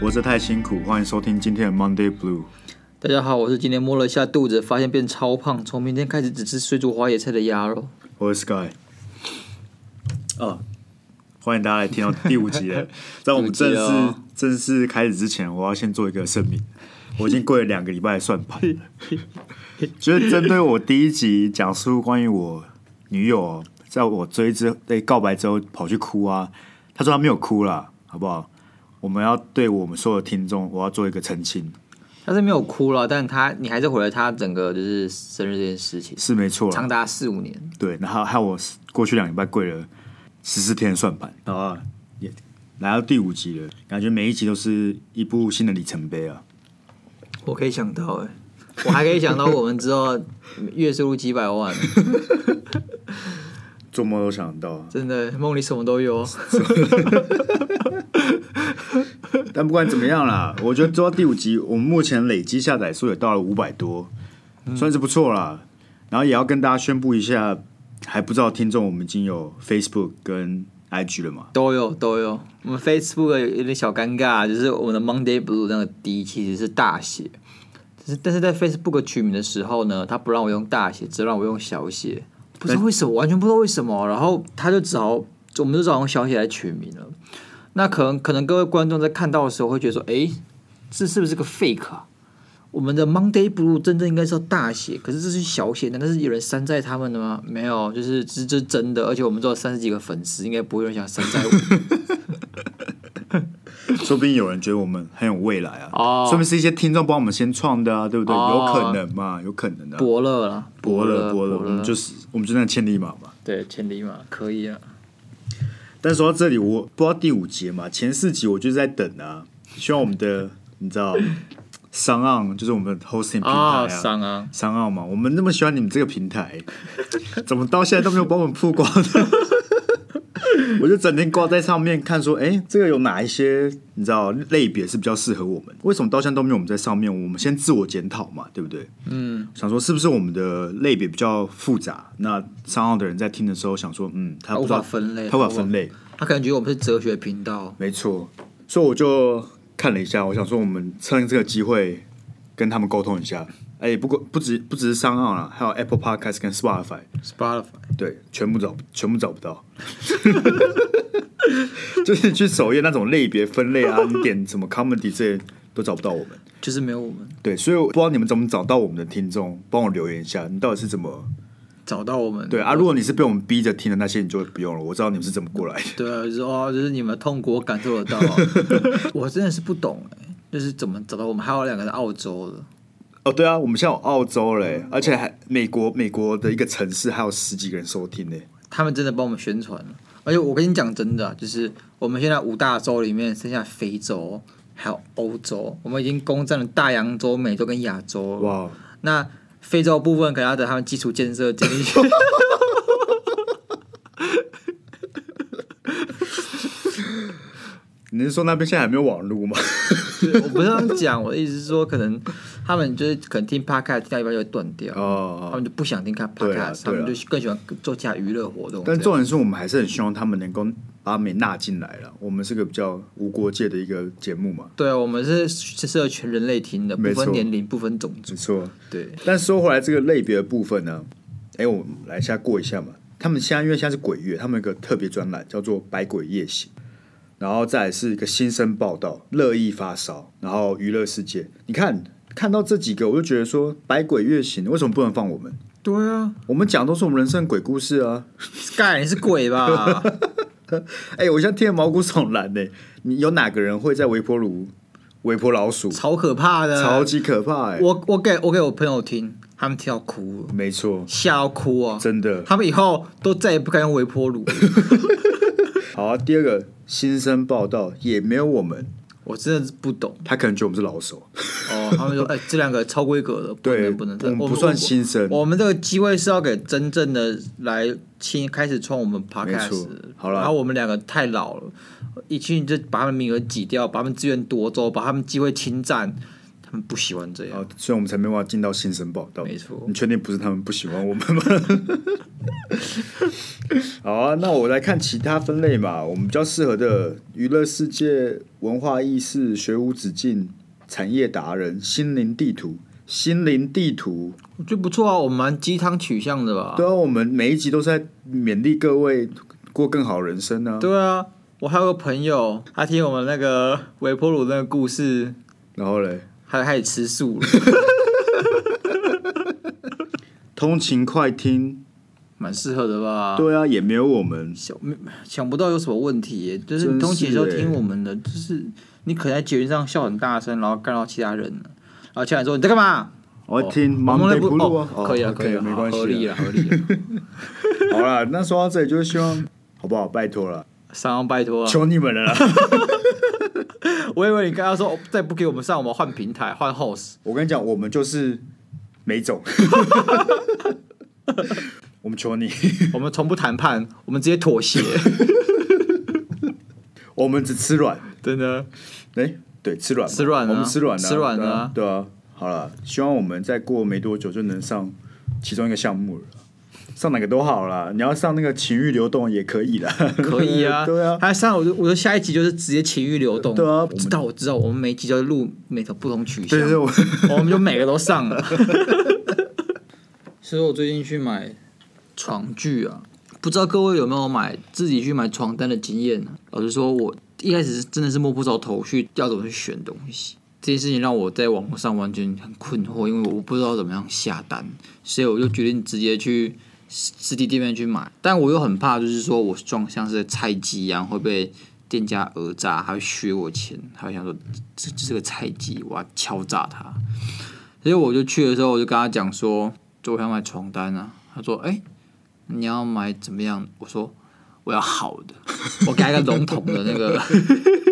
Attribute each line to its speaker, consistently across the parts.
Speaker 1: 我是太辛苦，欢迎收听今天的 Monday Blue。
Speaker 2: 大家好，我是今天摸了一下肚子，发现变超胖，从明天开始只吃水煮花椰菜的鸭肉。
Speaker 1: 我是 Sky。啊，欢迎大家来听到第五集 了。在我们正式、
Speaker 2: 第五集哦
Speaker 1: 正式开始之前，我要先做一个声明，我已经跪了两个礼拜的算盘 了，就是针对我第一集讲述关于我女友哦在我追之被告白之后跑去哭啊，她说她没有哭啦，好不好？我们要对我们所有听众，我要做一个澄清，
Speaker 2: 他是没有哭了，但他你还是毁了他整个就是生日这件事情，
Speaker 1: 是没错啦，
Speaker 2: 长达四五年。
Speaker 1: 对，然后还有我过去两礼拜跪了十四天的算盘，然后也来到第五集了，感觉每一集都是一部新的里程碑啊！
Speaker 2: 我可以想到哎、 我还可以想到我们之后月收入几百万，
Speaker 1: 做梦都想得到啊！
Speaker 2: 真的梦里什么都有。
Speaker 1: 但不管怎么样啦，我觉得做到第五集，我们目前累积下载数也到了五百多，算是不错啦。然后也要跟大家宣布一下，还不知道听众，我们已经有 Facebook 跟 IG 了嘛？
Speaker 2: 都有都有，我们 Facebook 有点小尴尬，就是我们的 Monday Blue 那个 D 其实是大写，只是但是在 Facebook 取名的时候呢，他不让我用大写，只让我用小写，不知道为什么，完全不知道为什么。然后他就只好，我们就只好用小写来取名了。那可能可能各位观众在看到的时候会觉得说，诶，这是不是个 fake 啊？我们的 Monday Blue 真正应该是要大写，可是这是小写，难道是有人山寨他们的吗？没有，就是这这是真的，而且我们只有三十几个粉丝，应该不会有人想山寨我们。
Speaker 1: 说不定有人觉得我们很有未来啊，
Speaker 2: 哦
Speaker 1: 说不定是一些听众帮我们先创的啊，对不对？
Speaker 2: 哦
Speaker 1: 有可能嘛，有可能的、啊。
Speaker 2: 伯乐啦，
Speaker 1: 伯乐，
Speaker 2: 乐，
Speaker 1: 伯
Speaker 2: 伯
Speaker 1: 乐，我们就是我们就那千里马嘛。
Speaker 2: 对千里马可以啊。
Speaker 1: 但说到这里，我不知道第五集嘛，前四集我就是在等啊，希望我们的你知道， 商岸就是我们的 hosting 平
Speaker 2: 啊，
Speaker 1: 台啊，
Speaker 2: 上啊，
Speaker 1: 商岸嘛，我们那么喜欢你们这个平台， 怎么到现在都没有帮我们曝光呢？ 我就整天挂在上面看，说，哎、这个有哪一些你知道类别是比较适合我们？为什么到现在都没有我们在上面？我们先自我检讨嘛，对不对？
Speaker 2: 嗯，
Speaker 1: 想说是不是我们的类别比较复杂？那商号的人在听的时候想说，嗯，他
Speaker 2: 他
Speaker 1: 不
Speaker 2: 无
Speaker 1: 知道
Speaker 2: 法分类，
Speaker 1: 他无法分类，
Speaker 2: 他可能啊觉得我们是哲学频道，
Speaker 1: 没错。所以我就看了一下，我想说我们趁这个机会跟他们沟通一下。哎、不过不只不只是商号啦，还有 Apple Podcast 跟 Spotify，
Speaker 2: Spotify
Speaker 1: 对，全部找全部找不到。 就是去首页那种类别分类啊，你点什么 comedy 这些都找不到我们。
Speaker 2: 就是没有我们，
Speaker 1: 对，所以我不知道你们怎么找到我们的听众，帮我留言一下，你到底是怎么
Speaker 2: 找到我们，
Speaker 1: 对啊，如果你是被我们逼着听的那些，你就不用了。我知道你们是怎么过来的。
Speaker 2: 对啊，就是哦，就是你们的痛苦我感受 得到，啊我真的是不懂哎，就是怎么找到我们，还有两个是澳洲的，
Speaker 1: 哦，对啊，我们现在有澳洲嘞，而且还美国，美国的一个城市还有十几个人收听呢。
Speaker 2: 他们真的帮我们宣传了，而且我跟你讲真的啊，就是我们现在五大洲里面剩下非洲还有欧洲，我们已经攻占了大洋洲、美洲跟亚洲了。
Speaker 1: 哇，
Speaker 2: 那非洲部分可能要等他们基础建设建立起来。
Speaker 1: 你是说那边现在还没有网络吗？
Speaker 2: 我不是这样讲，我的意思是说，可能他们就是可能听 podcast 听到一半就会断掉，他
Speaker 1: 哦，
Speaker 2: 们就不想听看 podcast，、
Speaker 1: 对啊
Speaker 2: 他
Speaker 1: 对啊
Speaker 2: 们就更喜欢做其他娱乐活动这样。
Speaker 1: 但重点是我们还是很希望他们能够把美纳进来了。我们是个比较无国界的一个节目嘛，
Speaker 2: 对啊，我们是是适合全人类听的，不
Speaker 1: 没错
Speaker 2: 分年龄、不分种族。
Speaker 1: 没错。
Speaker 2: 对，
Speaker 1: 但说回来这个类别的部分呢，哎，我们来一下过一下嘛。他们现在因为现在是鬼月，他们有个特别专栏叫做《百鬼夜行》，然后再来是一个新生报道《乐意发烧》，然后娱乐世界。你看看到这几个，我就觉得说《百鬼夜行》为什么不能放我们？
Speaker 2: 对啊
Speaker 1: 我们讲都是我们人生的鬼故事啊！
Speaker 2: ，Sky 你是 鬼吧？
Speaker 1: 哎，我现在听得毛骨悚然呢、你有哪个人会在微波炉微波老鼠？
Speaker 2: 超可怕的！
Speaker 1: 超级可怕哎、
Speaker 2: 我我给我给我朋友听，他们听到哭了，
Speaker 1: 没错，
Speaker 2: 吓到哭啊！
Speaker 1: 真的。
Speaker 2: 他们以后都再也不敢用微波炉了。
Speaker 1: 好、啊，第二个新生报道也没有我们，
Speaker 2: 我真的是不懂。
Speaker 1: 他可能觉得我们是老手。
Speaker 2: 哦，他们说，哎、这两个超规格的，不
Speaker 1: 对
Speaker 2: 能不能，
Speaker 1: 我们不算新生
Speaker 2: 我。我们这个机会是要给真正的来新开始创我们 podcast，
Speaker 1: 错好啦
Speaker 2: 然后我们两个太老了，一去就把他们名额挤掉，把他们资源夺走，把他们机会侵占。他们不喜欢这样。
Speaker 1: 啊，所以我们才没办法进到新生报道。
Speaker 2: 没错
Speaker 1: 你确定不是他们不喜欢我 们吗？好啊，那我来看其他分类嘛。我们比较适合的娱乐世界、文化意识、学无止境、产业达人、心灵地图、心灵地图。
Speaker 2: 我觉得不错啊，我们蛮鸡汤取向的吧？
Speaker 1: 对啊，我们每一集都是在勉励各位过更好人生啊。
Speaker 2: 对啊，我还有个朋友，他听我们那个微波炉那个故事，
Speaker 1: 然后嘞，
Speaker 2: 他开始吃素了，
Speaker 1: 通勤快听。
Speaker 2: 蛮适合的吧？
Speaker 1: 对啊，也没有我们。
Speaker 2: 想没想不到有什么问题耶，就是
Speaker 1: 真
Speaker 2: 你通勤的时候
Speaker 1: 是耶
Speaker 2: 听我们的，就是你可能在捷运上笑很大声，然后干到其他人了，然后其他人说你在干嘛？
Speaker 1: 我要哦听忙
Speaker 2: 忙
Speaker 1: 内
Speaker 2: 内
Speaker 1: 不录啊
Speaker 2: 哦，可以了，
Speaker 1: OK，
Speaker 2: 可以了，
Speaker 1: 没
Speaker 2: 好
Speaker 1: 关系啊，
Speaker 2: 合理了，合理了。
Speaker 1: 好啦，那说到这里，就是希望好不好？拜托了，
Speaker 2: 上岸拜托啊，
Speaker 1: 求你们了 啦！
Speaker 2: 我以为你刚刚说哦再不给我们上，我们换平台换 host。
Speaker 1: 我跟你讲，我们就是没 种，我们求你，
Speaker 2: 我们从不谈判，我们直接妥协，
Speaker 1: 我们只吃软。
Speaker 2: 真的。
Speaker 1: 哎、对，吃软嘛，
Speaker 2: 吃软啊
Speaker 1: 我们吃软啊，
Speaker 2: 吃软啊
Speaker 1: 对啊，对啊。好了，希望我们再过没多久就能上其中一个项目了。上哪个都好啦，你要上那个情欲流动也可以啦，
Speaker 2: 可以 啊，
Speaker 1: 对啊，
Speaker 2: 还上我就我的下一集就是直接情欲流动，
Speaker 1: 对啊
Speaker 2: 我知道我知道，我们每一集就录每个不同取向，
Speaker 1: 对对，我
Speaker 2: 我们就每个都上了。 所以我最近去买床具啊，不知道各位有没有买自己去买床单的经验呢、老实说，我一开始是真的是摸不着头绪，要怎么去选东西。这件事情让我在网络上完全很困惑，因为我不知道怎么样下单，所以我就决定直接去实实体店面去买。但我又很怕，就是说我装像是菜鸡一样会被店家讹诈，还会削我钱，还会想说这这是个菜鸡，我要敲诈他。所以我就去的时候，我就跟他讲说，就我想买床单啊。他说，哎、你要买怎么样？我说我要好的， 我给他一个笼统的那个，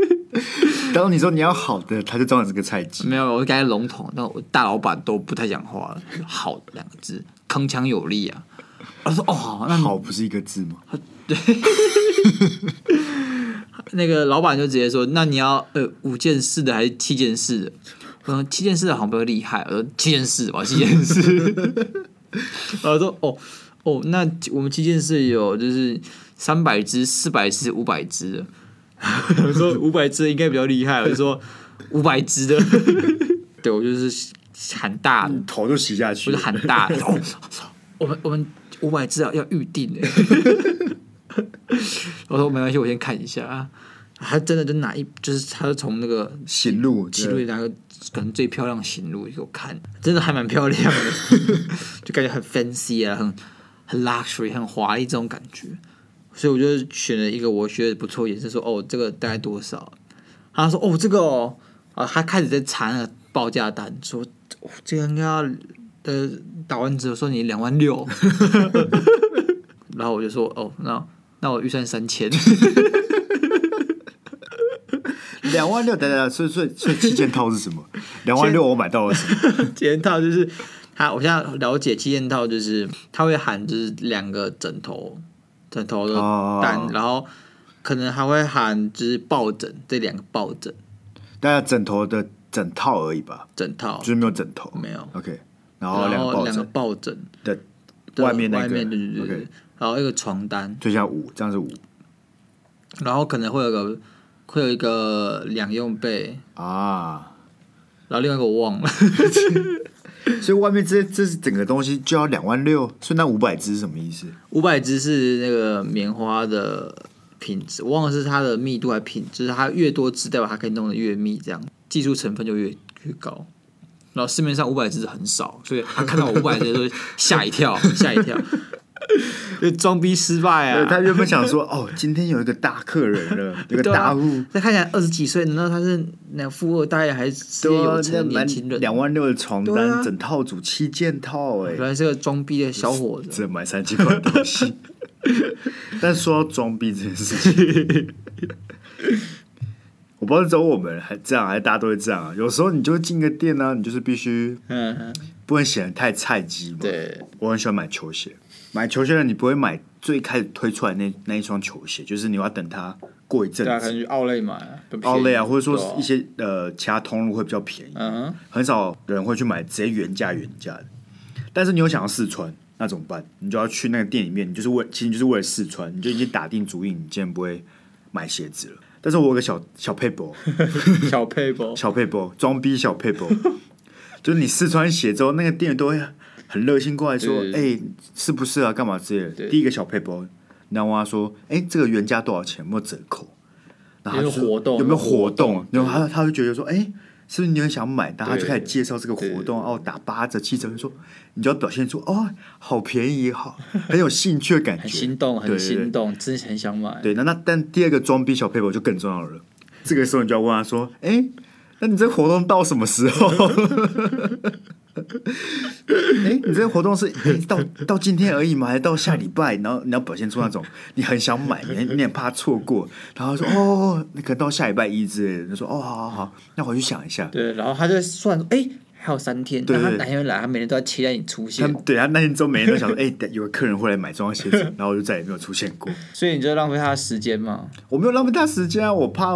Speaker 1: 当你说你要好的，他就装你是个菜鸡。
Speaker 2: 没有，我就给他笼统。那我大老板都不太讲话了，好的两个字，铿锵有力啊。我说哦好，那
Speaker 1: 好不是一个字吗？
Speaker 2: 那个老板就直接说，那你要呃五件事的还是七件事的？我说七件事的好像比较厉害，我说七件事吧，七件事。 然后说哦哦，那我们七件事有就是三百只、四百只、五百只的。我说五百只应该比较厉害，我就说五百只的。 对我就是喊大的，
Speaker 1: 头都洗下去
Speaker 2: 我就
Speaker 1: 了，
Speaker 2: 喊大的，哦我们我们五百只要要预定的。 我说没关系，我先看一下啊。他真的就拿一，就是他就从那个
Speaker 1: 行路，
Speaker 2: 行路
Speaker 1: 对
Speaker 2: 里拿个可能最漂亮的行路给我看，真的还蛮漂亮的，就感觉很 fancy 啊，很很 luxury，很华丽这种感觉。所以我就选了一个我觉得不错，也是说哦，这个大概多少？他说哦，这个哦，啊，他开始在查那个报价单，说、哦、这个应该要呃打完折，说你两万六， 然后我就说哦，那那我预算三千。
Speaker 1: 两万六，等等，等所以所以所以七件套是什 么？两万六我买到了什么？
Speaker 2: 七件套就是他，我现在了解七件套就是他会含就是两个枕头，枕头的
Speaker 1: 哦
Speaker 2: 单，然后可能还会含就是抱枕这两个抱枕
Speaker 1: 大家枕头的枕套而已吧，
Speaker 2: 枕套
Speaker 1: 就是没有枕头。
Speaker 2: 没有，
Speaker 1: OK，然后
Speaker 2: 哦然
Speaker 1: 两个
Speaker 2: 后
Speaker 1: 抱
Speaker 2: 两个
Speaker 1: 枕，
Speaker 2: 抱枕
Speaker 1: 对
Speaker 2: 对
Speaker 1: 外面那个
Speaker 2: 外面对对对
Speaker 1: OK
Speaker 2: 对，然后一个床单，
Speaker 1: 就像五，这样是五
Speaker 2: 然后可能会有个会有一个两用被，
Speaker 1: 啊。
Speaker 2: 然后另外一个我忘了，
Speaker 1: 所以外面这这是整个东西就要两万六，所以那五百只是什么意思？
Speaker 2: 五百只是那个棉花的品质，我忘了是它的密度还品质，就是它越多只代表它可以弄得越密，这样技术成分就越越高。然后市面上五百只很少，所以他看到我五百只就吓一跳，吓一 跳，就装逼失败
Speaker 1: 对他
Speaker 2: 啊！
Speaker 1: 原本想说，哦，今天有一个大客人了， 有个
Speaker 2: 对
Speaker 1: 大
Speaker 2: 啊
Speaker 1: 户，，
Speaker 2: 那看起来二十几岁，难道他是那富二代还是事业
Speaker 1: 对啊
Speaker 2: 有成
Speaker 1: 那
Speaker 2: 的
Speaker 1: 蛮
Speaker 2: 年轻人？
Speaker 1: 两万六的床
Speaker 2: 对
Speaker 1: 单，
Speaker 2: 啊
Speaker 1: 整套组七件套，哎
Speaker 2: 原，来是个装逼的小伙子。
Speaker 1: 只买三千块的东西。 但说到装逼这件事情，我不知道是只有我们还这样，还是大家都会这样啊。有时候你就进个店呢、啊，你就是必须
Speaker 2: 嗯，嗯
Speaker 1: 不能显得太菜鸡嘛。，
Speaker 2: 对，
Speaker 1: 我很喜欢买球鞋，买球鞋的你不会买最开始推出来那那一双球鞋，就是你要等它过一阵
Speaker 2: 对啊，可
Speaker 1: 子，
Speaker 2: 能去奥莱买啊，都便宜
Speaker 1: 奥莱啊，或者说
Speaker 2: 对啊
Speaker 1: 是一些呃其他通路会比较便宜，
Speaker 2: 嗯哼，
Speaker 1: 很少人会去买直接原价原价的。但是你有想要试穿，那怎么办？你就要去那个店里面，你就是为其实你就是为了试穿，你就已经打定主意，你今天不会买鞋子了。但是我有个小小 paper，哦
Speaker 2: 小 paper
Speaker 1: 小 paper，装逼小 paper，就是你试穿鞋之后，那个店员都会很热心过来说
Speaker 2: 对：“
Speaker 1: 哎、是不是啊？干嘛之类的。”
Speaker 2: 对
Speaker 1: 第一个小 paper，你要问他说：“哎、这个原价多少钱？有没有折扣？”然后他就说
Speaker 2: 有
Speaker 1: 有
Speaker 2: 没有活动
Speaker 1: 没有活
Speaker 2: 有没有活
Speaker 1: 动
Speaker 2: 动？
Speaker 1: 然后他他就觉得说：“哎、是不是你很想买？”然后他就
Speaker 2: 对
Speaker 1: 开始介绍这个活动哦，打八折、七折，就说你就要表现出哦，好便宜，好很有兴趣的感觉，
Speaker 2: 很心动，
Speaker 1: 对
Speaker 2: 很
Speaker 1: 对对
Speaker 2: 心动，真的很想买。
Speaker 1: 对，那那但第二个装逼小 paper 就更重要了。这个时候你就要问他说：“哎、那你这活动到什么时候？ 哎、你这活动是、诶到到今天而已吗？还是到下礼拜？然后你要表现出那种你很想买，你很你很怕错过。然后他说哦，那可能到下礼拜一之类的。他说哦，好好好，那我去想一下。
Speaker 2: 对，然后他就算说，哎，还有三天，
Speaker 1: 对
Speaker 2: 那他
Speaker 1: 对
Speaker 2: 哪天会来？他每天都在期待你出
Speaker 1: 他
Speaker 2: 现，
Speaker 1: 对他那天之后，每天都想说，哎、有个客人会来买这双鞋子，然后我就再也没有出现过。
Speaker 2: 所以你就浪费他的时间嘛。
Speaker 1: 我没有浪费他时间啊，我怕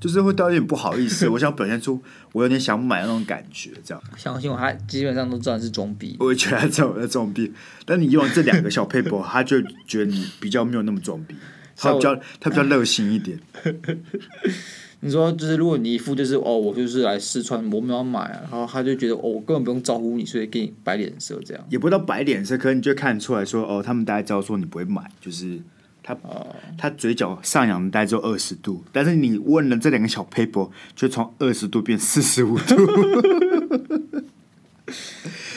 Speaker 1: 就是会到有点不好意思，我想表现出我有点想买那种感觉，这样
Speaker 2: 相信我，他基本上都知道你是装逼。
Speaker 1: 我会觉得他这种这种逼。但你用这两个小 paper，他就觉得你比较没有那么装逼，他比较他比较热心一点。
Speaker 2: 你说就是，如果你一副就是哦，我就是来试穿，我没有要买啊，然后他就觉得哦，我根本不用招呼你，所以给你摆脸色这样。
Speaker 1: 也不到白脸色，可能你就会看出来说，哦，他们大概知道说你不会买，就是他、他嘴角上扬大概只有二十度，但是你问了这两个小 paper，就从二十度变四十五度，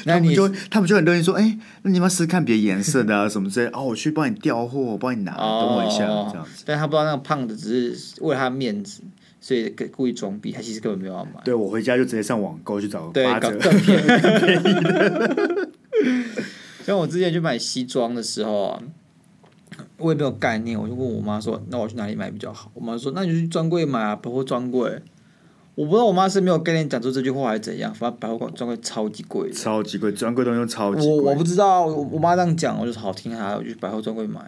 Speaker 2: 那
Speaker 1: 他们
Speaker 2: 你哦
Speaker 1: 就他们就很乐意说，哎、那你们要试试看别的颜色的啊 什么之类的，哦，我去帮你调货，我帮你拿，等我一下，
Speaker 2: 哦
Speaker 1: 这样子。
Speaker 2: 但他不知道那个胖子只是为了他面子，所以给故意装逼，他其实根本没有要买。
Speaker 1: 对，我回家就直接上网购去找
Speaker 2: 对，
Speaker 1: 八
Speaker 2: 搞
Speaker 1: 折，
Speaker 2: 更便宜 像我之前去买西装的时候啊，我也没有概念，我就问我妈说：“那我去哪里买比较好？”我妈说：“那你就去专柜买啊，百货专柜。”我不知道我妈是没有概念讲出这句话还是怎样，反正百货专柜超级贵的。
Speaker 1: 超级贵，专柜东西都超级
Speaker 2: 我我
Speaker 1: 贵
Speaker 2: 不。知道啊，我我妈这样讲，我就好听啊她，我就去百货专柜买。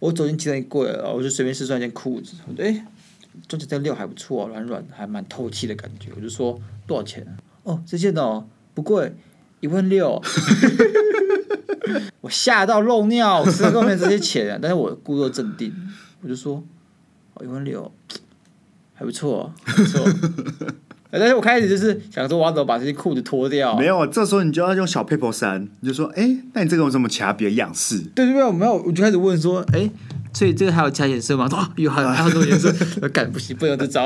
Speaker 2: 我走进其中一柜了，我就随便试穿一件裤子，我觉得哎，中间这料还不错、哦，软软的，还蛮透气的感觉。我就说多少钱啊、哦，这件哦不贵，一万六。 我吓到漏尿，我身上根本没这些钱、啊，但是我故作镇定，我就说哦一万六，还不错哦，还不错。 哎但是我开始就是想说，我要怎么把这些裤子脱掉？啊
Speaker 1: 没有，啊这时候你就要用小 paper 三，你就说，哎、那你这个有什么其他别的样式？
Speaker 2: 对对对，没有，我就开始问 说，哎，所以这个还有加颜色吗？说 啊，有，还有还有这种颜色， 我干不行，不能这招。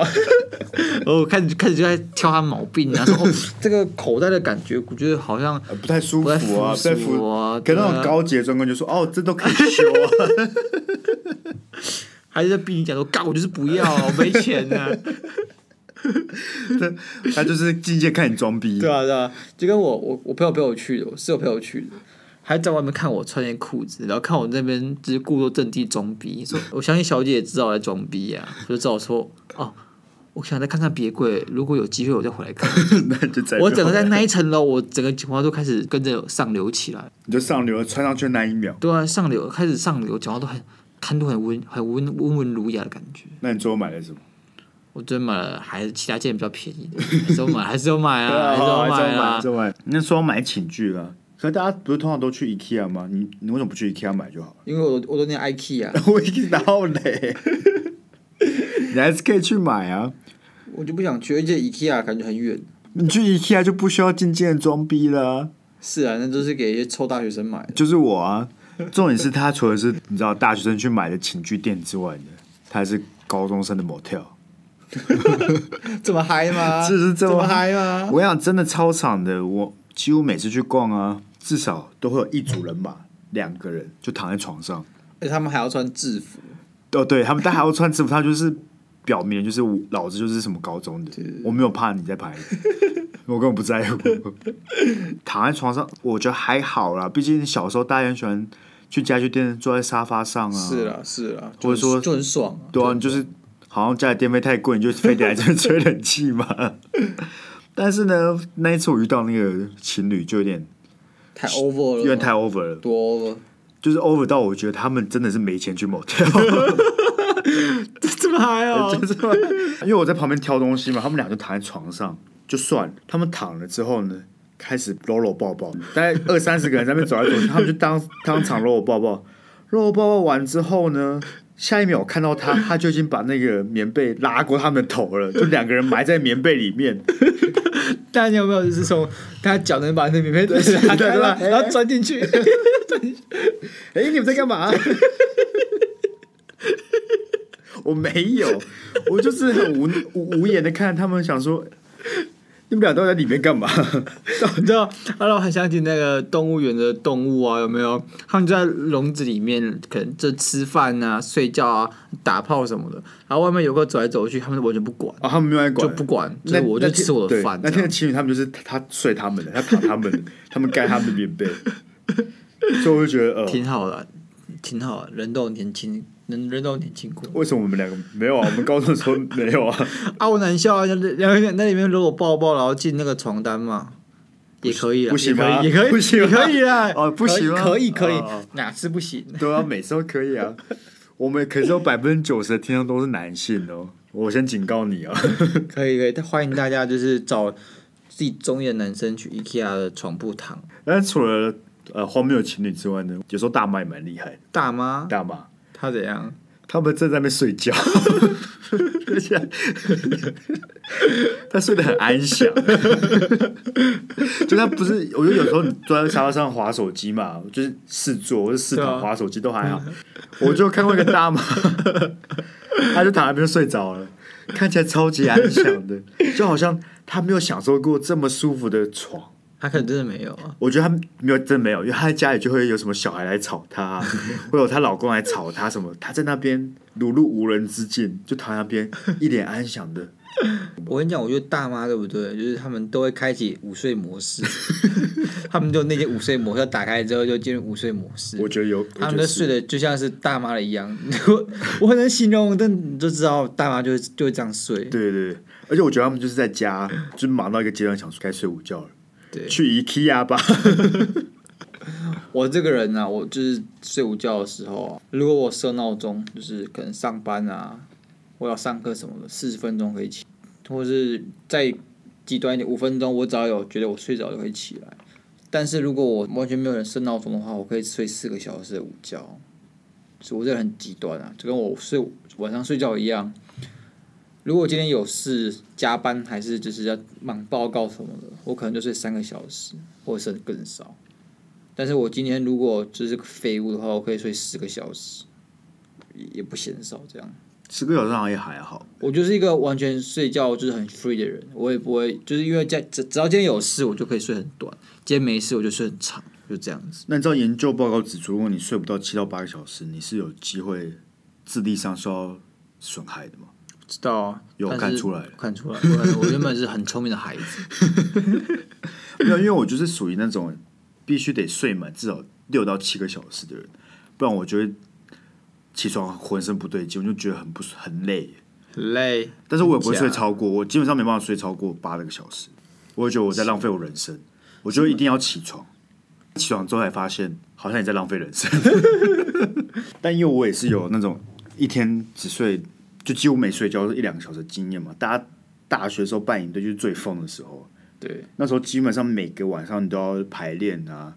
Speaker 2: 然后我开始开始就在挑他毛病啊，说 哦，这个口袋的感觉，我觉得好像
Speaker 1: 呃不太舒服啊，
Speaker 2: 不太
Speaker 1: 服
Speaker 2: 舒服啊
Speaker 1: 可那
Speaker 2: 对
Speaker 1: 种
Speaker 2: 啊
Speaker 1: 高级的专柜就说，哦，这都可以修 啊。
Speaker 2: 还是在逼你讲说，干我就是不要啊，我没钱啊。
Speaker 1: 他就是境界看你装逼，
Speaker 2: 对啊对啊，就跟我我我朋友陪我去的，我室友陪我去的。还在外面看我穿件裤子，然后看我那边就是故作镇定装逼，说 我相信小姐也知道我在装逼呀、啊，我就知道我说哦，我想再看看别柜，如果有机会我再回来看。
Speaker 1: 那你就在
Speaker 2: 我整个在那一层楼，我整个讲话都开始跟着上流起来。
Speaker 1: 你就上流了，穿上去那一秒，
Speaker 2: 对啊，上流开始上流，讲话都很谈吐很温，很温温文儒雅的感觉。
Speaker 1: 那你最后买了什么？
Speaker 2: 我真买了，还是其他件比较便宜的，还是要买，还是要买啊，还是要
Speaker 1: 还
Speaker 2: 买
Speaker 1: 是
Speaker 2: 啊。
Speaker 1: 要买。那说要买寝具啊，可是大家不是通常都去 IKEA 吗？你你为什么不去 IKEA 买就好了？
Speaker 2: 因为我我都念 IKEA，
Speaker 1: 我已经拿到嘞， 你还是可以去买啊。
Speaker 2: 我就不想去，而且 IKEA 感觉很远。
Speaker 1: 你去 IKEA 就不需要进阶的装逼了啊、
Speaker 2: 是啊，那都是给一些臭大学生买的。
Speaker 1: 就是我啊。重点是他除了是你知道大学生去买的寝具店之外呢，他还是高中生的 motel。
Speaker 2: 这么嗨吗？
Speaker 1: 就是这
Speaker 2: 这
Speaker 1: 么
Speaker 2: 么嗨吗？
Speaker 1: 我想真的超长的，我几乎每次去逛啊，至少都会有一组人吧，两个人就躺在床上。
Speaker 2: 而且哎他们还要穿制服，
Speaker 1: 哦，对他们，但还要穿制服，他就是表明就是我老子就是什么高中的，我没有怕你在排，我根本不在乎。 躺在床上，我觉得还好啦，毕竟小时候大家很喜欢去家具店坐在沙发上啊，
Speaker 2: 是啦是啦，
Speaker 1: 或者说
Speaker 2: 就很就很爽啊。
Speaker 1: 对啊，你就是好像家里电费太贵，你就非得来这边 吹冷气嘛。 但是呢，那一次我遇到那个情侣就有点
Speaker 2: 太 over 了，
Speaker 1: 有点太 over 了，
Speaker 2: 多 over。
Speaker 1: 就是 over 到我觉得他们真的是没钱去 motel，
Speaker 2: 这么嗨哦！
Speaker 1: 就是因为我在旁边挑东西嘛，他们俩就躺在床上，就算了。他们躺了之后呢，开始搂搂抱抱，大概二三十个人在那边走来走去，他们就当当场搂搂抱抱，搂搂抱抱完之后呢，下一秒我看到他，他就已经把那个棉被拉过他们的头了，就两个人埋在棉被里 面。
Speaker 3: 大家有没有就是从他脚能把那棉 被打开了，
Speaker 1: 对
Speaker 3: 然后钻进 去？
Speaker 1: 哎、你们在干嘛？ 我没有，我就是很无无无言的看他们，想说你们俩到底在里面干嘛？
Speaker 2: 你知道，他让我很想起那个动物园的动物啊，有没有？他们就在笼子里面，可能就吃饭啊、睡觉啊、打炮什么的，然后外面游客走来走去，他们完全不管，
Speaker 1: 啊，他们没有在管，
Speaker 2: 就不管，就
Speaker 1: 那
Speaker 2: 是我就
Speaker 1: 那天
Speaker 2: 吃我的
Speaker 1: 对
Speaker 2: 饭这
Speaker 1: 那天的
Speaker 2: 样。
Speaker 1: 情侣他们就是他他睡他们的，他躺他们的，他们盖他们的棉被，所以我就觉得呃，
Speaker 2: 挺好的，挺好的，人都有年轻，人人都有年轻过。
Speaker 1: 为什么我们两个没有啊？我们高中的时候没有啊？
Speaker 2: 啊，我难笑啊！两个人在里面如果抱抱，然后进那个床单嘛，也可以啦，啊
Speaker 1: 不行吗
Speaker 2: 也可以，
Speaker 1: 不
Speaker 2: 也
Speaker 1: 行
Speaker 2: 可以，
Speaker 1: 吗
Speaker 2: 也可以啊啦。
Speaker 1: 哦，不行吗？
Speaker 3: 可以可以
Speaker 1: 哦，哦
Speaker 3: 哪次不行？
Speaker 1: 对啊，每次都可以啊。我们可是有百分之九十的听众都是男性哦，我先警告你啊。
Speaker 2: 可以可以，但欢迎大家就是找自己中意的男生去 IKEA 的床铺躺。
Speaker 1: 但是除了呃荒谬的情侣之外呢，有时候大妈也蛮厉害的，
Speaker 2: 大妈
Speaker 1: 大妈
Speaker 2: 她怎样？
Speaker 1: 他们正在那边睡觉， 而且他睡得很安详， 就他不是，我觉得有时候你坐在沙发上划手机嘛，就是试坐或者试
Speaker 2: 对
Speaker 1: 躺
Speaker 2: 啊
Speaker 1: 划手机都还好，我就看过一个大妈， 她就躺在那边睡着了，看起来超级安详的，就好像她没有享受过这么舒服的床。
Speaker 2: 她可能真的没有啊。
Speaker 1: 我觉得她没有，真的没有，因为她在家里就会有什么小孩来吵她， 会有她老公来吵她什么，她在那边如入无人之境，就躺在那边一脸安详 的。
Speaker 2: 我跟你讲，我觉得大妈对不对？就是他们都会开启午睡 模式，他们就那些午睡模式打开之后就进入午睡模式。
Speaker 1: 我觉得有，
Speaker 2: 他
Speaker 1: 我
Speaker 2: 们
Speaker 1: 觉
Speaker 2: 都
Speaker 1: 得
Speaker 2: 睡
Speaker 1: 是
Speaker 2: 得就像是大妈的一样， 我我很难形容，但你就知道大妈就会就会这样睡。
Speaker 1: 对对对，而且我觉得他们就是在家，就是忙到一个阶段，想说该睡午觉了，
Speaker 2: 对
Speaker 1: 去 IKEA 吧。
Speaker 3: 我这个人啊，我就是睡午觉的时候啊，如果我设闹钟，就是可能上班啊，我要上课什么的，四十分钟可以起，或是再极端一点，五分钟，我只要有觉得我睡着就可以起来。但是如果我完全没有人设闹钟的话，我可以睡四个小时的午觉，所以我这个人很极端啊，就跟我睡晚上睡觉一样。如果我今天有事加班，还是就是要忙报告什么的，我可能就睡三个小时，或者甚至更少。但是我今天如果就是个废物的话，我可以睡十个小时，也也不嫌少。这样，
Speaker 1: 十个小时好像也还好，
Speaker 3: 我就是一个完全睡觉就是很 free 的人，我也不会就是因为在只只要今天有事，我就可以睡很短；今天没事，我就睡很长，就这样子。
Speaker 1: 那你知道研究报告指出，如果你睡不到七到八个小时，你是有机会智力上受到损害的吗？
Speaker 2: 知道啊，
Speaker 1: 有
Speaker 2: 但是
Speaker 1: 看出来了
Speaker 2: 看出来。我我原本是很聪明的 孩子，
Speaker 1: 没有，因为我就是属于那种必须得睡满至少六到七个小时的人，不然我就会起床浑身不对劲，我就觉得很不很累。
Speaker 2: 很累。
Speaker 1: 但是我也不会睡
Speaker 2: 真假
Speaker 1: 超过，我基本上没办法睡超过八个小时，我会觉得我在浪费我人生，我就一定要起床。起床之后才发现，好像也在浪费 人生。但因为我也是有那种一天只睡，就几乎没睡觉一两个小时的经验嘛。大家大学的时候办营队就是最疯的时候，
Speaker 3: 对，
Speaker 1: 那时候基本上每个晚上你都要排练啊，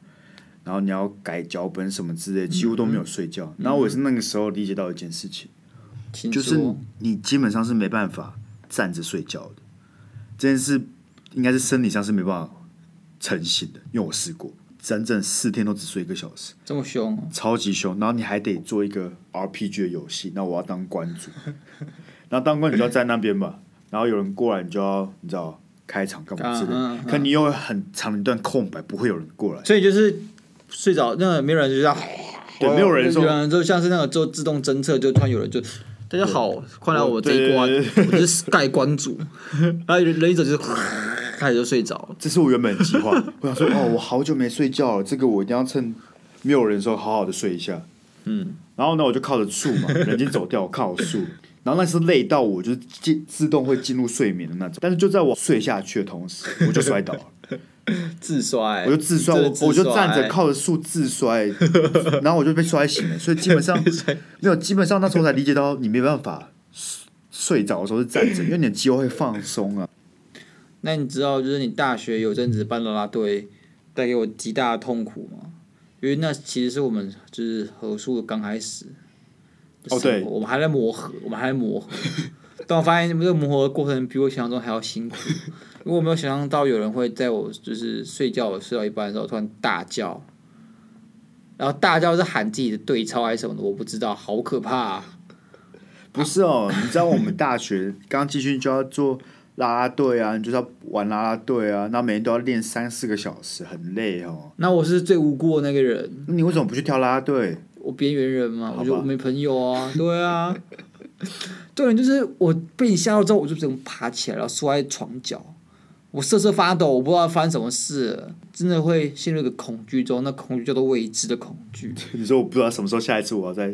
Speaker 1: 然后你要改脚本什么之类，几乎都没有睡
Speaker 2: 嗯
Speaker 1: 觉。然后我也是那个时候理解到一件事情，
Speaker 3: 请
Speaker 1: 就是
Speaker 3: 说
Speaker 1: 你基本上是没办法站着睡觉的，这件事应该是生理上是没办法成型的，因为我试过，整整四天都只睡一个小时，
Speaker 3: 这么凶哦、
Speaker 1: 超级凶。然后你还得做一个 RPG 的游戏，那我要当 关主，然后当关主就要站那边嘛，然后有人过来你就要你知道开场干嘛之类的，
Speaker 3: 嗯嗯嗯
Speaker 1: 可你又有很长一段空白，不会有人过来，
Speaker 3: 所以就是睡着，那个没有人就这样，
Speaker 1: 对，没有人说
Speaker 3: 有
Speaker 2: 啊
Speaker 3: 人就像是那个就自动侦测，就突然有人就
Speaker 2: 大家好，快来我这
Speaker 1: 对
Speaker 2: 一关，
Speaker 1: 对
Speaker 2: 我就是盖关主，然后人一走就是开始就睡着了。
Speaker 1: 这是我原本的计划， 我想说哦，我好久没睡觉了，这个我一定要趁没有人的时候好好的睡一下。嗯，然后呢，我就靠着树 嘛，人已经走掉，我靠树。然后那是累 到我就是进自动会进入睡眠的那种，但是就在我睡下去的同时，我就摔倒了。
Speaker 2: 自摔、
Speaker 1: 我就自摔，
Speaker 2: 你
Speaker 1: 我
Speaker 2: 真的自
Speaker 1: 我就站着
Speaker 2: 摔
Speaker 1: 靠着树自 摔，然后我就被摔醒了。所以基本 上没有，基本上那时候才理解到你没办法睡睡着的时候是站着，因为你的肌肉会放松啊。
Speaker 3: 那你知道，就是你大学有阵子办啦啦队，带给我极大的痛苦吗？因为那其实是我们就是合宿刚开始，
Speaker 1: 哦对
Speaker 3: 我们还在磨合，我们还在磨 合。但我发现这个磨合的过程比我想象中还要辛苦，因为我没有想象到有人会在我就是睡觉我睡到一半的时候突然大叫，然后大叫是喊自己的对超还是什么的，我不知道，好可怕、啊！
Speaker 1: 不是哦，你知道我们大学 刚进去就要做啦啦队啊，你就是要玩啦啦队啊，那每天都要练三四个小时，很累哦。
Speaker 3: 那我是最无辜的那个人，
Speaker 1: 那你为什么不去跳啦啦队？
Speaker 3: 我边缘人嘛，
Speaker 1: 好吧
Speaker 3: 我就我没朋友 啊，对啊，对，啊就是我被你吓到之后，我就只能爬起来，然后缩在床角，我瑟瑟发抖，我不知道发生什么事了，真的会陷入一个恐惧中，那恐惧叫做未知的恐 惧，
Speaker 1: 你说我不知道什么时候下一次我要再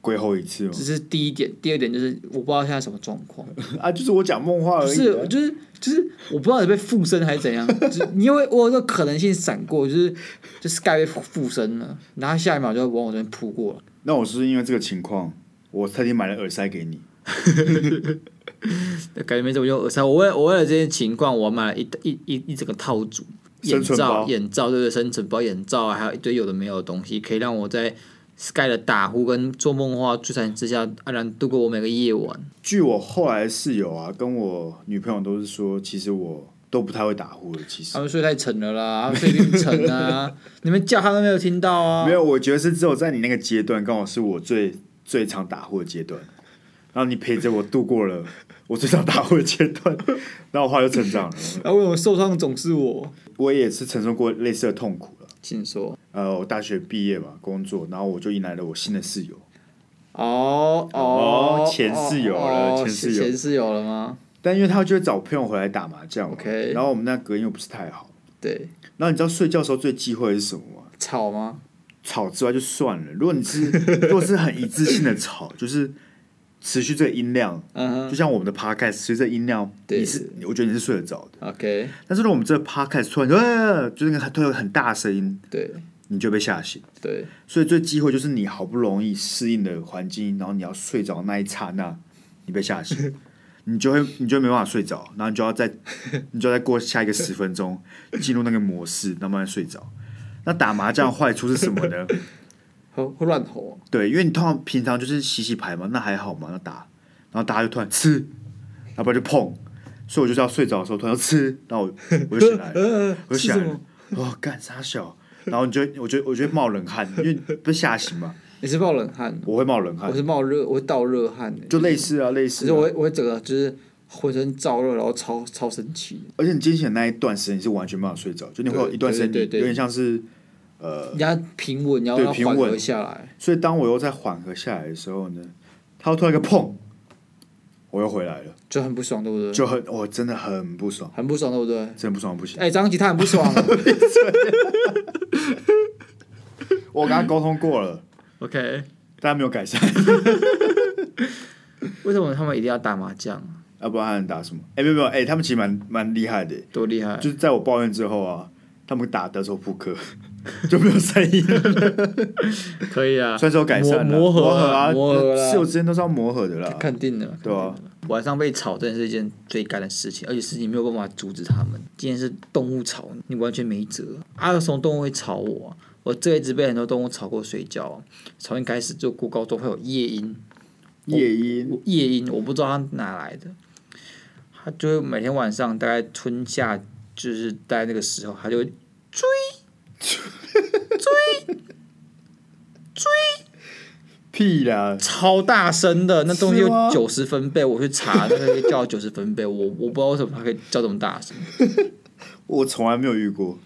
Speaker 1: 归后一次哦
Speaker 3: 这。是第一点，第二点就是我不知道现在什么状况，
Speaker 1: 啊，就是我讲梦话
Speaker 3: 不
Speaker 1: 而已啊。
Speaker 3: 是，就是就是我不知道你被附身还是 怎样，就是你因为我有个可能性闪过，就是就是 Sky 被附身了，然后下一秒就往我这边扑过来。
Speaker 1: 那我是不是因为这个情况，我特地买了耳塞给你。
Speaker 2: 感觉没怎么用耳塞。我为我为了这些情况，我买了一一一一整个套组眼
Speaker 1: 生存包
Speaker 2: 罩、眼罩，对对，生存包、眼罩啊，还有一堆有的没有的东西，可以让我在 Sky 的打呼跟做梦话摧残之下，安然度过我每个夜晚。
Speaker 1: 据我后来的室友啊，跟我女朋友都是说，其实我都不太会打呼的。其实
Speaker 3: 他们睡太沉了啦，他们睡比你沉 啊，你们叫他都没有听到啊
Speaker 1: 没。有，我觉得是只有在你那个阶段，刚好是我最最常打呼的阶段。然后你陪着我度过了我最常打呼的阶段，然后我后来就成长了。
Speaker 3: 然后为什么受伤的总是我？
Speaker 1: 我也是承受过类似的痛苦了。
Speaker 3: 请说。
Speaker 1: 呃，我大学毕业嘛，工作，然后我就迎来了我新的室友。
Speaker 3: 哦
Speaker 1: 哦
Speaker 3: 哦，
Speaker 1: 前室友了
Speaker 3: 哦
Speaker 1: 前室友
Speaker 3: 前室友了吗？
Speaker 1: 但因为他就会找朋友回来打麻将嘛
Speaker 3: OK
Speaker 1: 然后我们那隔音又不是太好。
Speaker 3: 对，
Speaker 1: 然后你知道睡觉的时候最忌讳的是什么吗？
Speaker 3: 吵吗？
Speaker 1: 吵之外就算了，如果你是如果是很一致性的吵，就是持续这个音量，
Speaker 3: 嗯
Speaker 1: 就
Speaker 3: 哼
Speaker 1: 像我们的 podcast 随着音量，
Speaker 2: 对
Speaker 1: 你是我觉得你是睡得着的。
Speaker 3: ，OK，
Speaker 1: 但是如果我们这个 podcast 突然就呃，就那个突然有很大声音，
Speaker 3: 对
Speaker 1: 你就被吓醒。
Speaker 3: 对，
Speaker 1: 所以最忌讳就是你好不容易适应的环境，然后你要睡着那一刹那，你被吓醒，你就会你就没办法睡着，然后你就要再你就要再过下一个十分钟，进入那个模式，然后慢慢睡着。那打麻将的坏处是什么呢？
Speaker 3: 会会乱吼。啊
Speaker 1: 对，因为你通常平常就是洗洗牌嘛，那还好嘛，那打，然后大家就突然吃，要不然就碰，所以我就是要睡着的时候突然要吃，然后我我就醒来了，
Speaker 3: 呃，
Speaker 1: 我就是醒
Speaker 3: 什
Speaker 1: 来了
Speaker 3: 么？，
Speaker 1: 哦，干啥小？然后你就会我觉得我觉得冒冷汗，因为被吓醒嘛，
Speaker 3: 你是冒冷汗，
Speaker 1: 我会冒冷汗
Speaker 3: 我，是冒热，我会倒热汗的。
Speaker 1: 嗯就类似啊类
Speaker 3: 只
Speaker 1: 似
Speaker 3: 是
Speaker 1: 啊、
Speaker 3: 我会我会整个就是浑身燥热，然后超超生气。
Speaker 1: 而且你惊醒的那一段时间你是完全没办法睡着，就你会有一段时间
Speaker 3: 对对对对
Speaker 1: 有点像是呃，
Speaker 3: 你要平稳，你要
Speaker 1: 对
Speaker 3: 要
Speaker 1: 平
Speaker 3: 缓和
Speaker 1: 稳
Speaker 3: 下来。
Speaker 1: 所以当我又在缓和下来的时候呢，他又突然一个碰，我又回来了，
Speaker 3: 就很不爽，对不对？
Speaker 1: 就很我、真的很不爽，
Speaker 3: 很不爽，对不对？
Speaker 1: 真的不爽不行。
Speaker 3: 哎、张吉他很不爽，
Speaker 1: 我跟他沟通过了，
Speaker 2: OK，
Speaker 1: 但他没有改善。
Speaker 2: 为什么他们一定要打麻将？
Speaker 1: 要、不然他能打什么？哎、没有没有，哎、他们其实蛮蛮厉害的，
Speaker 2: 多厉害！
Speaker 1: 就是在我抱怨之后啊，他们打德州扑克 就没有声 音了，
Speaker 2: 可以啊，
Speaker 1: 虽然说有改善了，
Speaker 2: 磨磨合
Speaker 1: 啊，
Speaker 3: 磨合啦
Speaker 1: 室友之间都是要磨合的啦，
Speaker 3: 肯定的。
Speaker 1: 啊对吧、
Speaker 2: 晚上被吵真的是一件最干的事情，而且是你没有办法阻止他们。今天是动物吵，你完全没辙。啊，有什么动物会吵我啊、我这一直被很多动物吵过睡觉、啊。从一开始就过高中会有夜莺，
Speaker 1: 夜莺，
Speaker 2: 我夜莺我不知道它哪来的，它就会每天晚上大概春夏就是在那个时候，它就会追追追
Speaker 1: 屁啦！
Speaker 2: 超大声的，那东西有
Speaker 1: 是吗
Speaker 2: 九十分贝，我去查那个叫九十分贝，我我不知道为什么它可以叫这么大声，
Speaker 1: 我从来没有遇过，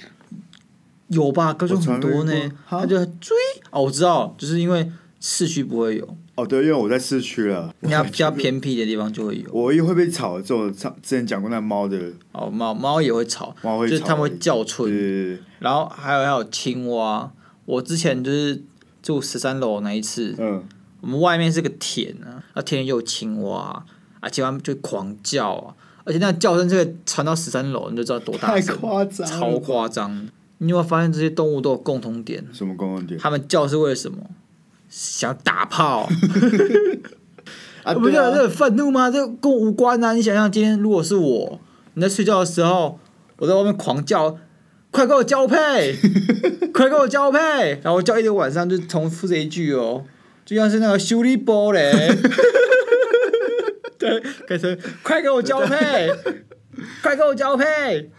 Speaker 2: 有吧？高中很
Speaker 1: 我
Speaker 2: 多呢
Speaker 1: 从来没遇过，哈
Speaker 2: 它就追哦，我知道，就是因为市区不会有，
Speaker 1: 哦对，因为我在市区了，
Speaker 2: 人家比较偏僻的地方就会有。
Speaker 1: 我一会被吵之后，上之前讲过那猫的，
Speaker 2: 哦，猫猫也会吵，
Speaker 1: 猫会
Speaker 2: 就是
Speaker 1: 吵
Speaker 2: 它们
Speaker 1: 而
Speaker 2: 会
Speaker 1: 已
Speaker 2: 叫
Speaker 1: 对
Speaker 2: 春，
Speaker 1: 对
Speaker 2: 然后还有还有青蛙。我之前就是住十三楼那一次
Speaker 1: 对，，嗯，
Speaker 2: 我们外面是个田啊，那田里有青蛙啊，青蛙就狂叫啊，而且那个叫声这个传到十三楼，你就知道多大
Speaker 1: 太
Speaker 2: 声，
Speaker 1: 夸张了，
Speaker 2: 超夸张。你有没有发现这些动物都有共同点？
Speaker 1: 什么公共点
Speaker 2: 它们叫是为了什么？想打炮，
Speaker 1: 啊？
Speaker 2: 不
Speaker 1: 对
Speaker 2: 是
Speaker 1: 啊
Speaker 2: 这，很愤怒吗？这跟我无关啊！你想想，今天如果是我，你在睡觉的时候，我在外面狂叫，快给我 交配，快给我交配，然后我叫一整晚上，就重复这一句哦，就像是那个修理波 嘞，对，改成快给我交配，快给我 交配，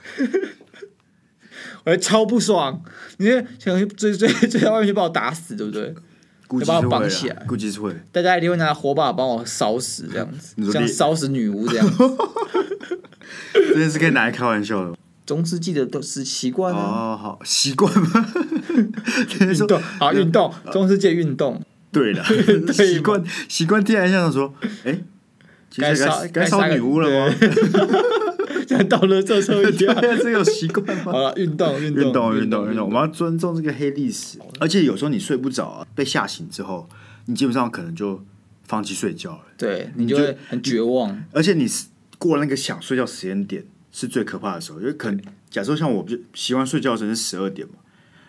Speaker 2: 我就超不爽，你是想去追追追到外面去把我打死，对不对？
Speaker 1: 估计
Speaker 2: 要把我
Speaker 1: 是会
Speaker 2: 绑起
Speaker 1: 啦
Speaker 2: 来
Speaker 1: 估计是会。
Speaker 2: 大家一定会拿火把帮我烧死，这样子
Speaker 1: 你，说
Speaker 2: 像
Speaker 1: 你
Speaker 2: 烧死女巫这样。
Speaker 1: 这件事可以拿来开玩笑的吗。
Speaker 2: 总之记得都是习惯啊，
Speaker 1: 哦，好习惯 吗？等于
Speaker 2: 运
Speaker 1: 说
Speaker 2: 动啊，运动，
Speaker 1: 呃
Speaker 2: 中世界运动，
Speaker 1: 对 了，习惯习惯听然像说，哎，其
Speaker 2: 该
Speaker 1: 实
Speaker 2: 烧
Speaker 1: 该该烧
Speaker 2: 杀个
Speaker 1: 女巫了吗？？
Speaker 2: 对像到了这时候一
Speaker 1: 对
Speaker 2: 样。
Speaker 1: 啊，这有习惯吗
Speaker 2: 好？了，运动，运
Speaker 1: 运动
Speaker 2: 动，
Speaker 1: 运动运动，我们要尊重这个黑历史。而且有时候你睡不着啊，被吓醒之后，你基本上可能就放弃睡觉了。
Speaker 2: 对你
Speaker 1: 你
Speaker 2: 就
Speaker 1: 就
Speaker 2: 会很绝望。
Speaker 1: 而且你是过了那个想睡觉时间点是最可怕的时候，因为可能假设像我不就习惯睡觉的时候是十二点嘛，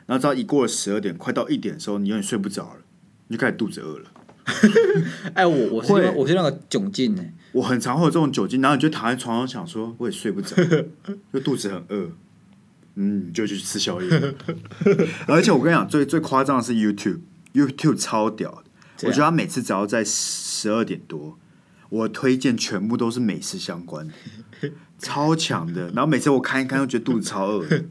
Speaker 1: 然后只要一过了十二点，快到一点的时候，你有点睡不着了，你就开始肚子饿了。
Speaker 2: 哎，我我是
Speaker 1: 会
Speaker 2: 我是那个窘境欸呢，
Speaker 1: 我很常会有这种酒精，然后你就躺在床上想说，我也睡不 着，就肚子很饿，嗯，你就去吃宵夜。而且我跟你讲，最最夸张的是 YouTube，YouTube 超屌的，
Speaker 2: 这
Speaker 1: 我
Speaker 2: 样
Speaker 1: 觉得他每次只要在十二点多，我推荐全部都是美食相关的， 超强的。然后每次我看一看，又觉得肚子超饿的。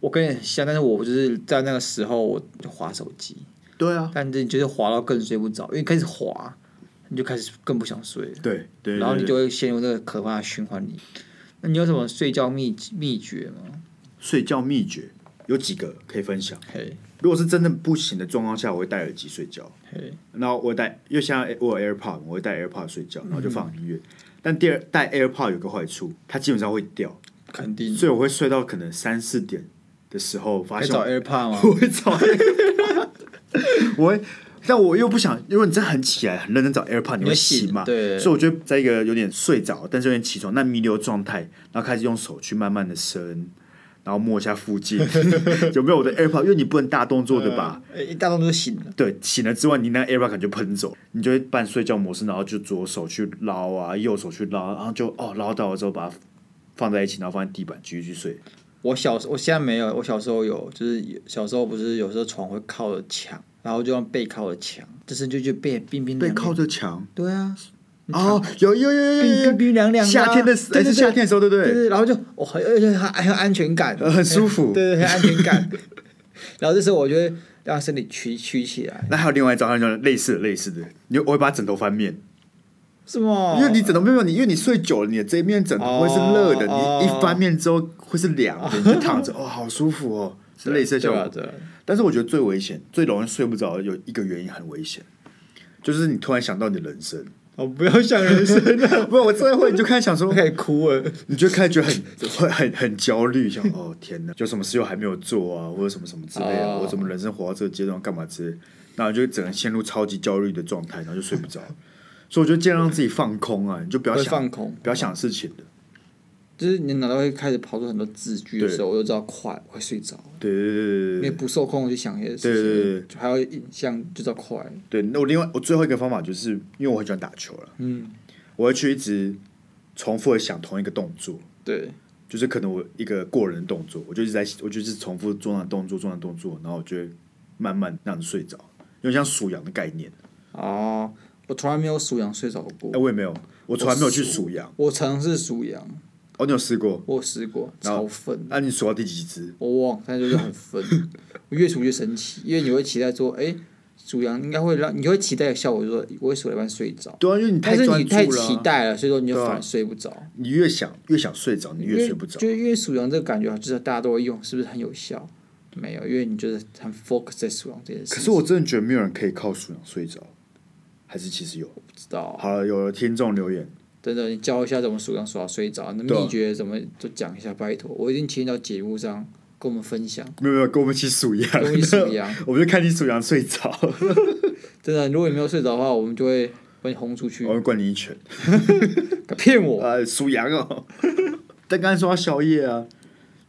Speaker 2: 我跟你很像，但是我就是在那个时候我就滑手机，
Speaker 1: 对啊，
Speaker 2: 但是你就是滑到更睡不着，因为开始滑，你就开始更不想睡了。
Speaker 1: 对对，
Speaker 2: 然后你
Speaker 1: 对
Speaker 2: 就会陷入那个可怕的循环里。那你有什么睡觉秘秘诀吗？
Speaker 1: 睡觉秘诀有几个可以分享。
Speaker 2: 嘿，
Speaker 1: 如果是真的不行的状况下，我会戴耳机睡觉。
Speaker 2: 嘿，
Speaker 1: 然后我戴，因为现在我有 AirPod，我会戴 AirPod 睡觉，然
Speaker 2: 嗯
Speaker 1: 后就放音乐。但第二戴 AirPod 有个坏处，它基本上会掉，
Speaker 2: 肯定。
Speaker 1: 所以我会睡到可能三四点的时候，发
Speaker 2: 还
Speaker 1: 现
Speaker 2: 找
Speaker 1: 我
Speaker 2: AirPod 吗？
Speaker 1: 我 会找 AirPod，我会，但我又不想，因为你真的很起来很认真找 AirPod，你
Speaker 2: 会
Speaker 1: 会
Speaker 2: 醒
Speaker 1: 醒嘛？
Speaker 2: 对
Speaker 1: 所以我就在一个有点睡着，但是有点起床，那弥留状态，然后开始用手去慢慢的伸。然后摸一下附近 有没有我的 AirPod，因为你不能大动作对吧？
Speaker 2: 呃一大动就醒了。
Speaker 1: 对，醒了之外，你那个 AirPod 感觉喷走，你就会半睡觉模式，然后就左手去捞啊，右手去捞，然后就哦捞到了之后把它放在一起，然后放在地板继续去睡。
Speaker 2: 我小时我现在没有，我小时候有，就是有小时候不是有时候床会靠着墙，然后就让背靠着墙，就是就就背冰冰凉凉。
Speaker 1: 着墙
Speaker 2: 对啊，
Speaker 1: 哦，有有有有有
Speaker 2: 冰
Speaker 1: 有
Speaker 2: 冰冰凉凉的啊。
Speaker 1: 夏天的时
Speaker 2: 对
Speaker 1: 哎是夏天的时候对不
Speaker 2: 对
Speaker 1: 对
Speaker 2: 对，然后就我很而且很很有安全感，
Speaker 1: 呃 很舒服
Speaker 2: 对对，很有安全感。然后这时候我就会让身体曲曲起来，
Speaker 1: 那还有另外一招，还有类似的类似的，你就我会把枕头翻面，
Speaker 2: 是吗？
Speaker 1: 因为你枕头没有你，因为你睡久了，你的这一面枕头会是热的，
Speaker 2: 哦
Speaker 1: 你一翻面之后会是凉的，你就躺 着哦，好舒服哦，是类似的效
Speaker 2: 对
Speaker 1: 果
Speaker 2: 啊。对啊，
Speaker 1: 但是我觉得最危险、最容易睡不着有一个原因很危险，就是你突然想到你的人 生，
Speaker 2: 我不要想人生 了，
Speaker 1: 不，我真的会，你就开始想说
Speaker 2: 我，开始哭了。
Speaker 1: 你就开始觉得很 会很很焦虑，想哦天哪，有什么事又还没有做啊，或者什么什么之类的，
Speaker 2: 哦
Speaker 1: 我怎么人生活到这个阶段干嘛之类的，然后你就整个陷入超级焦虑的状态，然后就睡不着。所以我觉得尽量让自己放空啊，你就不要
Speaker 2: 会
Speaker 1: 想
Speaker 2: 放空
Speaker 1: 不要想事情的。
Speaker 2: 就是你脑袋会开始跑出很多字句的
Speaker 1: 对
Speaker 2: 时候，我就知道快我会睡着了，
Speaker 1: 对对对
Speaker 2: 因
Speaker 1: 对对
Speaker 2: 为不受控地去想一些
Speaker 1: 对对对
Speaker 2: 事
Speaker 1: 对
Speaker 2: 情，就还有影像就知道快了。
Speaker 1: 对。那我另外我最后一个方法就是，因为我很喜欢打球了，
Speaker 2: 嗯，
Speaker 1: 我会去一直重复的想同一个动作。
Speaker 2: 对，
Speaker 1: 就是可能我一个过人的动作，我就一直在，我就是重复做那动作，做那动作，然后我就会慢慢让你睡着，有点像数羊的概念。
Speaker 2: 哦，我从来没有数羊睡着过
Speaker 1: 哎、，我也没有，我从来没有去数羊。
Speaker 2: 我尝试数羊，
Speaker 1: 哦，你有试过？
Speaker 2: 我有试过，超愤，
Speaker 1: 那、你数到第几只？
Speaker 2: 我忘，但是就是很 愤，我越数越生气，因为你会期待说，哎，数羊应该会让你会期待的效果，就是说我会数了一半睡着，
Speaker 1: 对啊，因为你
Speaker 2: 但
Speaker 1: 太
Speaker 2: 是
Speaker 1: 专
Speaker 2: 你
Speaker 1: 注
Speaker 2: 太
Speaker 1: 了
Speaker 2: 期
Speaker 1: 啊、
Speaker 2: 待了，所以说你就
Speaker 1: 对啊
Speaker 2: 反而睡不着。
Speaker 1: 你越想越想睡着，你
Speaker 2: 因
Speaker 1: 越
Speaker 2: 为
Speaker 1: 睡不着。
Speaker 2: 就是因为数羊这个感觉，就是大家都会用，是不是很有效？没有，因为你就是很 focus 在数羊这件事情。
Speaker 1: 可是我真的觉得没有人可以靠数羊睡着，还是其实有。
Speaker 2: 不知道，
Speaker 1: 好了，有了听众留言，
Speaker 2: 真的，你教一下怎么数羊数到睡着，那
Speaker 1: 对啊
Speaker 2: 秘诀怎么就讲一下，拜托，我一定请你到节目上跟我们分享。
Speaker 1: 没有没有，跟我们一起数羊，
Speaker 2: 跟我一起数羊
Speaker 1: 我们就看你数羊睡着。
Speaker 2: 真的，如果你没有睡着的话，我们就会
Speaker 3: 把你轰出去
Speaker 1: 我，会灌你一拳。
Speaker 3: 敢骗我？
Speaker 1: 哦啊，属羊哦。 但刚才说到宵夜啊，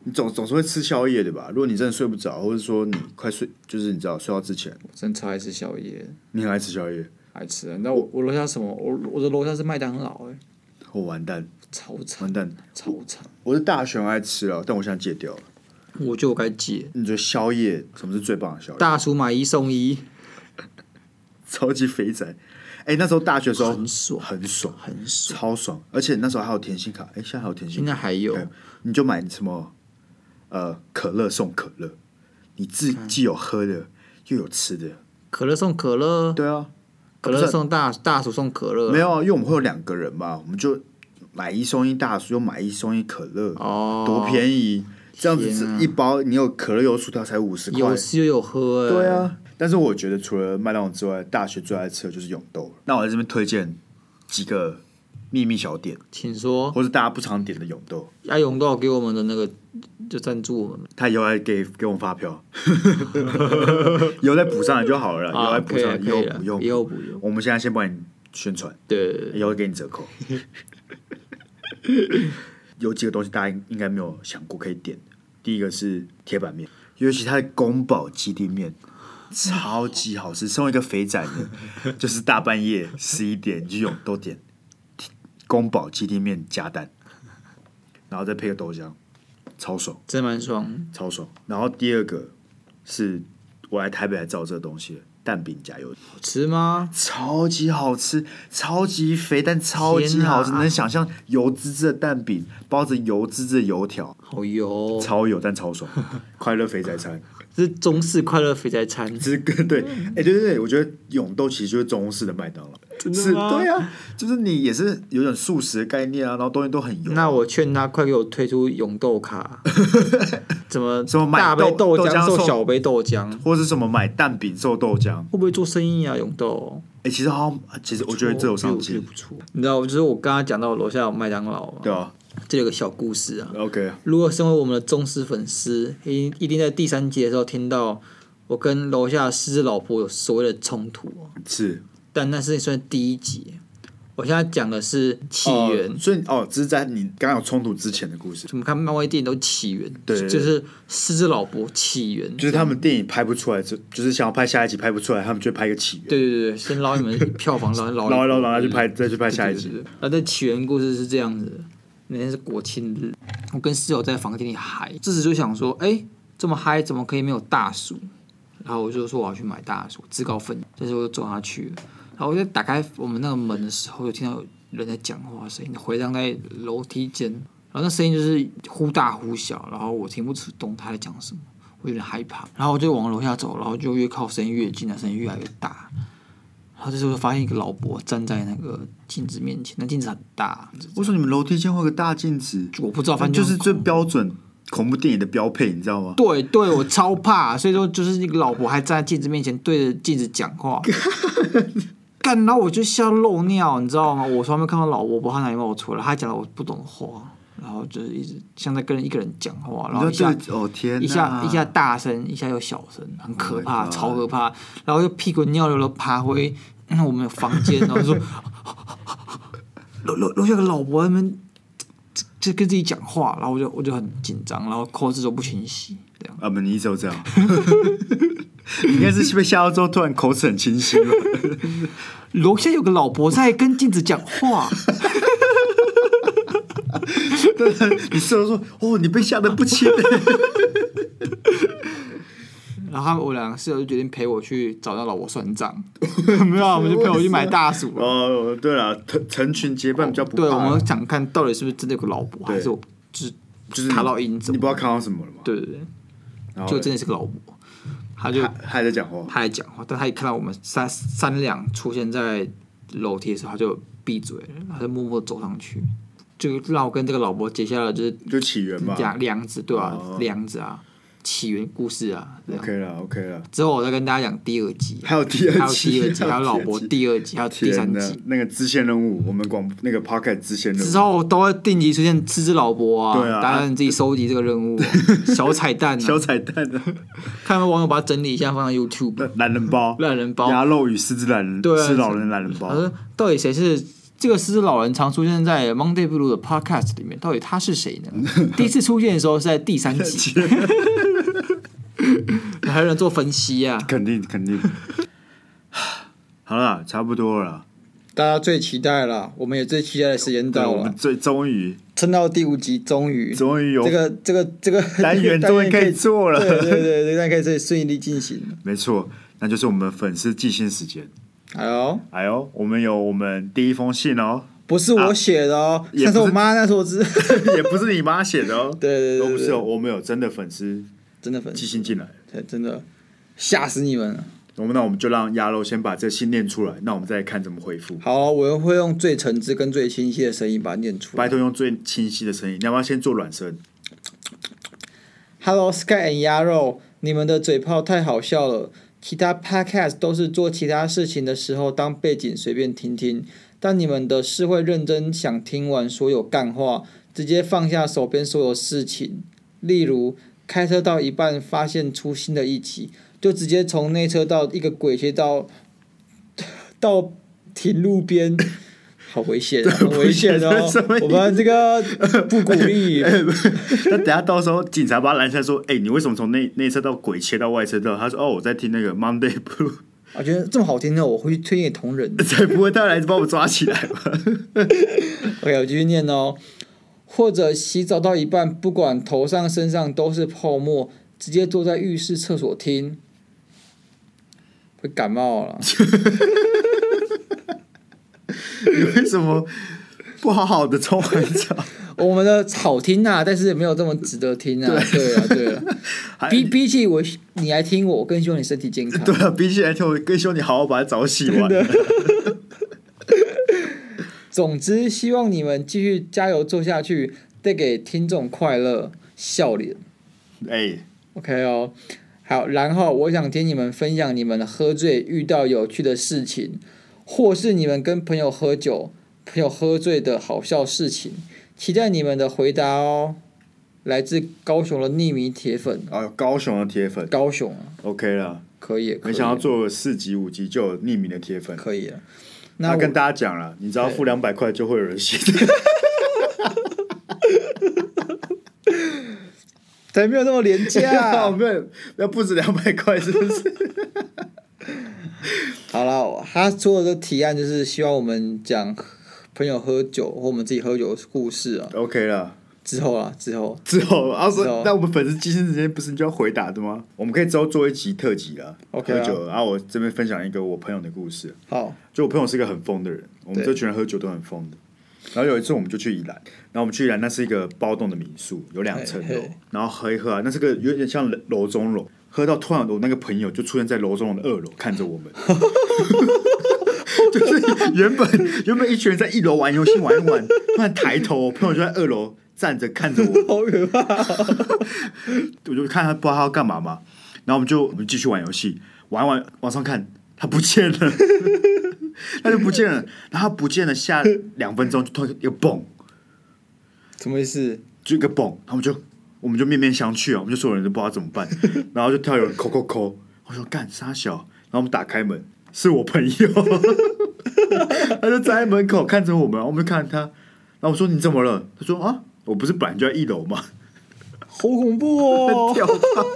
Speaker 1: 你总总是会吃宵夜的吧？如果你真的睡不着，或者说你快睡，就是你知道睡觉之前，
Speaker 3: 我真超爱吃宵夜，
Speaker 1: 你很爱吃宵夜，
Speaker 3: 爱吃啊。那我我楼下什么？我我的楼下是麦当劳、
Speaker 2: 哎
Speaker 3: 欸，
Speaker 1: 我、完蛋，
Speaker 3: 超惨
Speaker 1: 完蛋！
Speaker 3: 超惨。
Speaker 1: 我是大学很爱吃哦了，但我现在戒掉了。
Speaker 2: 我觉得我该戒。
Speaker 1: 你觉得宵夜什么是最棒的宵夜？
Speaker 2: 大叔买一送一，
Speaker 1: 超级肥宅。哎、那时候大学的时候
Speaker 2: 很爽
Speaker 1: 很爽，
Speaker 2: 很爽。
Speaker 1: 超爽，而且那时候还有甜心卡，哎、现在还有甜心
Speaker 2: 现
Speaker 1: 卡，
Speaker 2: 在还有
Speaker 1: 对你就买什么呃可乐送可乐，你自既有喝的又有吃的，
Speaker 2: 可乐送可乐，
Speaker 1: 对啊，
Speaker 2: 可
Speaker 1: 不
Speaker 2: 乐
Speaker 1: 是
Speaker 2: 送大大叔送可乐，
Speaker 1: 没有，啊，因为我们会有两个人嘛，我们就买一送一大薯，又买一送一可乐，
Speaker 2: 哦，
Speaker 1: 多便宜！这样子
Speaker 2: 天啊
Speaker 1: 一包，你有可乐有薯条才五十块，
Speaker 2: 有吃又有喝、欸，
Speaker 1: 对，啊。但是我觉得除了麦当劳之外，大学最爱吃的就是永豆了。那我在这边推荐几个秘密小点，
Speaker 2: 请说。
Speaker 1: 或是大家不常点的永豆，
Speaker 2: 阿勇都有给我们的那个就赞助我们
Speaker 1: 他以后还给给我们发 票，以后再补上来就好了啦，以后
Speaker 2: 啊，
Speaker 1: 再补
Speaker 2: 可以
Speaker 1: 上来，
Speaker 2: 了，
Speaker 1: 以
Speaker 2: 可以
Speaker 1: 后
Speaker 2: 了
Speaker 1: 不，用，
Speaker 2: 以后不用，
Speaker 1: 我们现在先帮你宣传。
Speaker 2: 对，
Speaker 1: 也会给你折扣。 有几个东西大家应该没有想过可以点，第一个是铁板面，尤其它的宫保鸡丁面。超级好吃！身为一个肥仔呢，就是大半夜十一点你去永都点宫保鸡丁面加蛋，然后再配个豆浆，超爽。
Speaker 2: 真蛮爽。
Speaker 1: 超爽。然后第二个是我来台北来找这个东西，蛋饼加油，
Speaker 2: 好吃吗？
Speaker 1: 超级好吃，超级肥，但超级好吃，
Speaker 2: 天哪
Speaker 1: 能想象油滋滋的蛋饼包着油滋滋的油条，
Speaker 2: 好油哦，
Speaker 1: 超油但超爽， 快乐肥宅餐。
Speaker 2: 这是中式快乐肥宅餐，
Speaker 1: 这个对，
Speaker 2: 嗯
Speaker 1: 哎、对对对，我觉得永豆其实就是中式的麦当劳，
Speaker 2: 真
Speaker 1: 是
Speaker 2: 的吗？
Speaker 1: 对啊，就是你也是有点素食的概念啊，然后东西都很油。
Speaker 2: 那我劝他快给我推出永豆卡，怎么
Speaker 1: 什么买
Speaker 2: 大杯
Speaker 1: 豆
Speaker 2: 豆
Speaker 1: 豆浆
Speaker 2: 浆
Speaker 1: 送
Speaker 2: 送小杯豆浆，
Speaker 1: 或是什么买蛋饼做豆浆，
Speaker 2: 会不会做生意啊？永豆，
Speaker 1: 哎、其实好像，其实我觉
Speaker 2: 哦
Speaker 1: 得这有商机，
Speaker 2: 不错。你知道，就是我刚刚讲到楼下有麦当劳嘛，
Speaker 1: 对啊
Speaker 2: 这有个小故事啊。
Speaker 1: ，OK，
Speaker 2: 如果身为我们的忠实粉丝，一定一定在第三集的时候听到我跟楼下狮子老婆有所谓的冲突哦，
Speaker 1: 是
Speaker 2: 但那是算第一集。我现在讲的是起源
Speaker 1: 哦，所以哦，这是在你刚刚有冲突之前的故事，
Speaker 2: 怎么看漫威电影都起源，
Speaker 1: 对
Speaker 2: 就是狮子老伯起源，
Speaker 1: 就是他们电影拍不出来，就就是想要拍下一集拍不出来，他们就拍一个起源，
Speaker 2: 对对对，先捞你们票房，捞捞
Speaker 1: 然后然后然后
Speaker 2: 捞
Speaker 1: 再去拍再去拍下一
Speaker 2: 对
Speaker 1: 集，
Speaker 2: 对对那这起源故事是这样子的，那天是国庆日，我跟室友在房间里嗨，这时就想说，哎，这么嗨怎么可以没有大薯？然后我就说我要去买大薯，自告奋勇，这时候我就走下去了。然后我就打开我们那个门的时候，就听到有人在讲话声音，回荡在楼梯间，然后那声音就是忽大忽小，然后我听不出懂他在讲什么，我有点害怕。然后我就往楼下走，然后就越靠声音越近，那声音越来越大。然后这时候发现一个老伯站在那个镜子面前，那镜子很大，
Speaker 1: 为什么你们楼梯间会有个大镜子？
Speaker 2: 我不知道，反正
Speaker 1: 就是
Speaker 2: 很
Speaker 1: 最
Speaker 2: 恐怖
Speaker 1: 标准恐怖电影的标配，你知道吗？
Speaker 2: 对对，我超怕，所以说就是那个老婆还站在镜子面前对着镜子讲 话，干，然后我就吓漏尿，你知道吗？我从来没看到老婆婆她哪里冒出来，她讲了我不懂的话，然后就是一直像在跟人一个人讲话，然后
Speaker 1: 你
Speaker 2: 一
Speaker 1: 知道
Speaker 2: 下
Speaker 1: 这个哦天哪，
Speaker 2: 一下一下大声，一下又小声，很可
Speaker 1: my
Speaker 2: 怕
Speaker 1: God
Speaker 2: 超可怕。然后又屁滚尿流的爬回嗯我们的房间，然后说 楼楼楼下的老伯他们就跟自己讲话，然后我就我就很紧张，然后口齿都不清晰，这样。
Speaker 1: 啊不，你一直都这样，你应该是被吓到之后突然口齿很清晰吧？
Speaker 2: 楼下有个老伯在跟镜子讲 话，
Speaker 1: 你室友说哦，你被吓得不轻，
Speaker 2: 然后他们我两个室友就决定陪我去找那老伯算账， 没有啊，我们就陪我去买大薯了。
Speaker 1: 哦，对了，成成群结伴比较不
Speaker 2: 对，我
Speaker 1: 怕，
Speaker 2: 们想看到底是不是真的有个老伯，还是我就是
Speaker 1: 就是你
Speaker 2: 卡到音怎
Speaker 1: 你
Speaker 2: 么
Speaker 1: 不知？道看到什么了吗？
Speaker 2: 对对对。
Speaker 1: 然后
Speaker 2: 就真的是个老伯，他就
Speaker 1: 还还在讲话，
Speaker 2: 他还讲话，但他一看到我们三三两出现在楼梯的时候，他就闭嘴了，
Speaker 1: 嗯
Speaker 2: 他就默默地走上去，就让我跟这个老伯结下了就是
Speaker 1: 就起源嘛，
Speaker 2: 两梁子，对吧、
Speaker 1: 哦
Speaker 2: 梁子啊，
Speaker 4: 起源故事啊。这样
Speaker 1: OK 了，OK 了。
Speaker 4: 之后我再跟大家讲第二集，啊
Speaker 1: 还有第二
Speaker 4: 还有
Speaker 1: 集，
Speaker 4: 第二集，还有老伯第二集，还有第三
Speaker 1: 天哪
Speaker 4: 集。
Speaker 1: 那个支线任务，我们广那个 Pocket 支线任
Speaker 4: 之
Speaker 1: 务，
Speaker 4: 后都会定期出现吃只老伯啊，
Speaker 1: 对啊
Speaker 4: 当然自己收集这个任 务、啊小彩蛋啊，
Speaker 1: 小彩蛋 的
Speaker 4: 看有没有网友把它整理一下放到 YouTube
Speaker 1: 懒人包，
Speaker 4: 懒人包。
Speaker 1: 鸭肉与狮子懒人，
Speaker 4: 对啊
Speaker 1: 狮老人懒人
Speaker 4: 他
Speaker 1: 包，
Speaker 4: 说到底谁是这个狮子老人常出现在 Monday Blue 的 Podcast 里面，到底他是谁呢？第一次出现的时候是在第三集，还有人做分析啊。
Speaker 1: 肯定肯定。 好了，差不多了，
Speaker 2: 大家最期待了，我们也最期待的时间
Speaker 1: 对，
Speaker 2: 到
Speaker 1: 我们
Speaker 2: 了，
Speaker 1: 最终于
Speaker 2: 撑到第五集，终于，
Speaker 1: 终于有
Speaker 2: 这个这个这个
Speaker 1: 单元终于可以做了
Speaker 2: 对对对对，那可以顺利进行了。
Speaker 1: 没错，那就是我们粉丝寄信时间。
Speaker 2: 哎呦，
Speaker 1: 哎呦，我们有我们第一封信哦，
Speaker 2: 不是我写的哦，
Speaker 1: 也
Speaker 2: 那是
Speaker 1: 不
Speaker 2: 我
Speaker 1: 是
Speaker 2: 妈，那是我侄，
Speaker 1: 也不是你妈写的哦，
Speaker 2: 对对对
Speaker 1: 都不是
Speaker 2: 对
Speaker 1: 哦，我们有真的粉丝
Speaker 2: 真的粉
Speaker 1: 寄
Speaker 2: 丝，
Speaker 1: 信进来。
Speaker 2: 对真的吓死你们了。
Speaker 1: 我们那我们就让鸭肉先把这信念出来，那我们再看怎么回复。
Speaker 2: 好，我会用最诚挚跟最清晰的声音把它念出
Speaker 1: 拜
Speaker 2: 来。
Speaker 1: 托用最清晰的声音，你要不要先做软 声？
Speaker 2: Hello Sky and 鸭肉，你们的嘴炮太好笑了。其他 podcast 都是做其他事情的时候当背景随便听听，但你们的是会认真想听完所有干话，直接放下手边所有事情。例如开车到一半发现出新的一集，就直接从内车道 一个鬼切到到停路边。好危 险啊，很危险哦
Speaker 1: 什么意！思
Speaker 2: 我们这个不鼓 励，
Speaker 1: 那等下到时候警察把他拦下来说：“哎、你为什么从内内车道鬼切到外车道？”他说：“哦，我在听那个 Monday Blue，
Speaker 2: 我啊觉得这么好听的，我会去推荐给 同仁。
Speaker 1: 才不会他来把我抓起来 吧
Speaker 2: OK，我继续念哦。或者洗澡到一半，不管头上身上都是泡沫，直接坐在浴室、厕所听，会感冒 了。
Speaker 1: 你为什么不好好的冲完澡？
Speaker 2: 我们的好听啊，但是也没有这么值得听啊。对啊，对啊。
Speaker 1: 还
Speaker 2: 比比起我，你来听我，我更希望你身体健康
Speaker 1: 对。啊，比起来听我更希望你好好把它澡洗完。
Speaker 2: 总之，希望你们继续加油做下去，带给听众快乐、笑脸。
Speaker 1: 哎、
Speaker 2: OK 哦，好，然后我想听你们分享你们喝醉遇到有趣的事情，或是你们跟朋友喝酒，朋友喝醉的好笑事情，期待你们的回答哦。来自高雄的匿名铁粉，
Speaker 1: 啊，高雄的铁粉
Speaker 2: 高雄啊，
Speaker 1: ，OK 了。
Speaker 2: 可以，可
Speaker 1: 没
Speaker 2: 以
Speaker 1: 想到做了四集五集就有匿名的铁粉。
Speaker 2: 可以了。那
Speaker 1: 那
Speaker 2: 我
Speaker 1: 跟大家讲了，你只要付两百块就会有人 写。
Speaker 2: 才没有那么廉 价。
Speaker 1: 没有，要不止两百块，是不 是？
Speaker 2: 好了，他做的提案就是希望我们讲朋友喝酒或我们自己喝酒的故事啊，
Speaker 1: OK 了。
Speaker 2: 之后啊，之后
Speaker 1: 之后，然后
Speaker 2: 之后
Speaker 1: 说，那我们粉丝寄信之间不是就要回答的吗？我们可以之后做一集特辑啦。
Speaker 2: OK
Speaker 1: 喝
Speaker 2: 啊
Speaker 1: 酒，然后我这边分享一个我朋友的故事。
Speaker 2: 好，
Speaker 1: 就我朋友是一个很疯的人，我们
Speaker 2: 对
Speaker 1: 这群人喝酒都很疯的。然后有一次我们就去宜兰，然后我们去宜兰，那是一个包栋的民宿，有两层
Speaker 2: 嘿
Speaker 1: 楼
Speaker 2: 嘿，
Speaker 1: 然后喝一喝啊，那是个有点像楼中楼，喝到突然我那个朋友就出现在楼中楼的二楼看着我 们，就是原本原本一群人在一楼玩游戏玩一玩，突然抬头，我朋友就在二楼站着看着我们，
Speaker 2: 好可怕。
Speaker 1: 我就看他不知道他要干嘛嘛，然后我们就我们继续玩游戏，玩完往上看，他不见了，他就不见了，然后他不见了，下两分钟就突然一个蹦，
Speaker 2: 什么意思？
Speaker 1: 就一个蹦，然后我们就我们就面面相觑啊，我们就所有人都不知道怎么办，然后就跳有人扣扣扣，我说干傻小，然后我们打开门是我朋友，他就站在门口看着我们，我们就看他，然后我说你怎么了？他说啊，我不是本来就在一楼吗？
Speaker 2: 好恐怖哦！
Speaker 1: 掉到，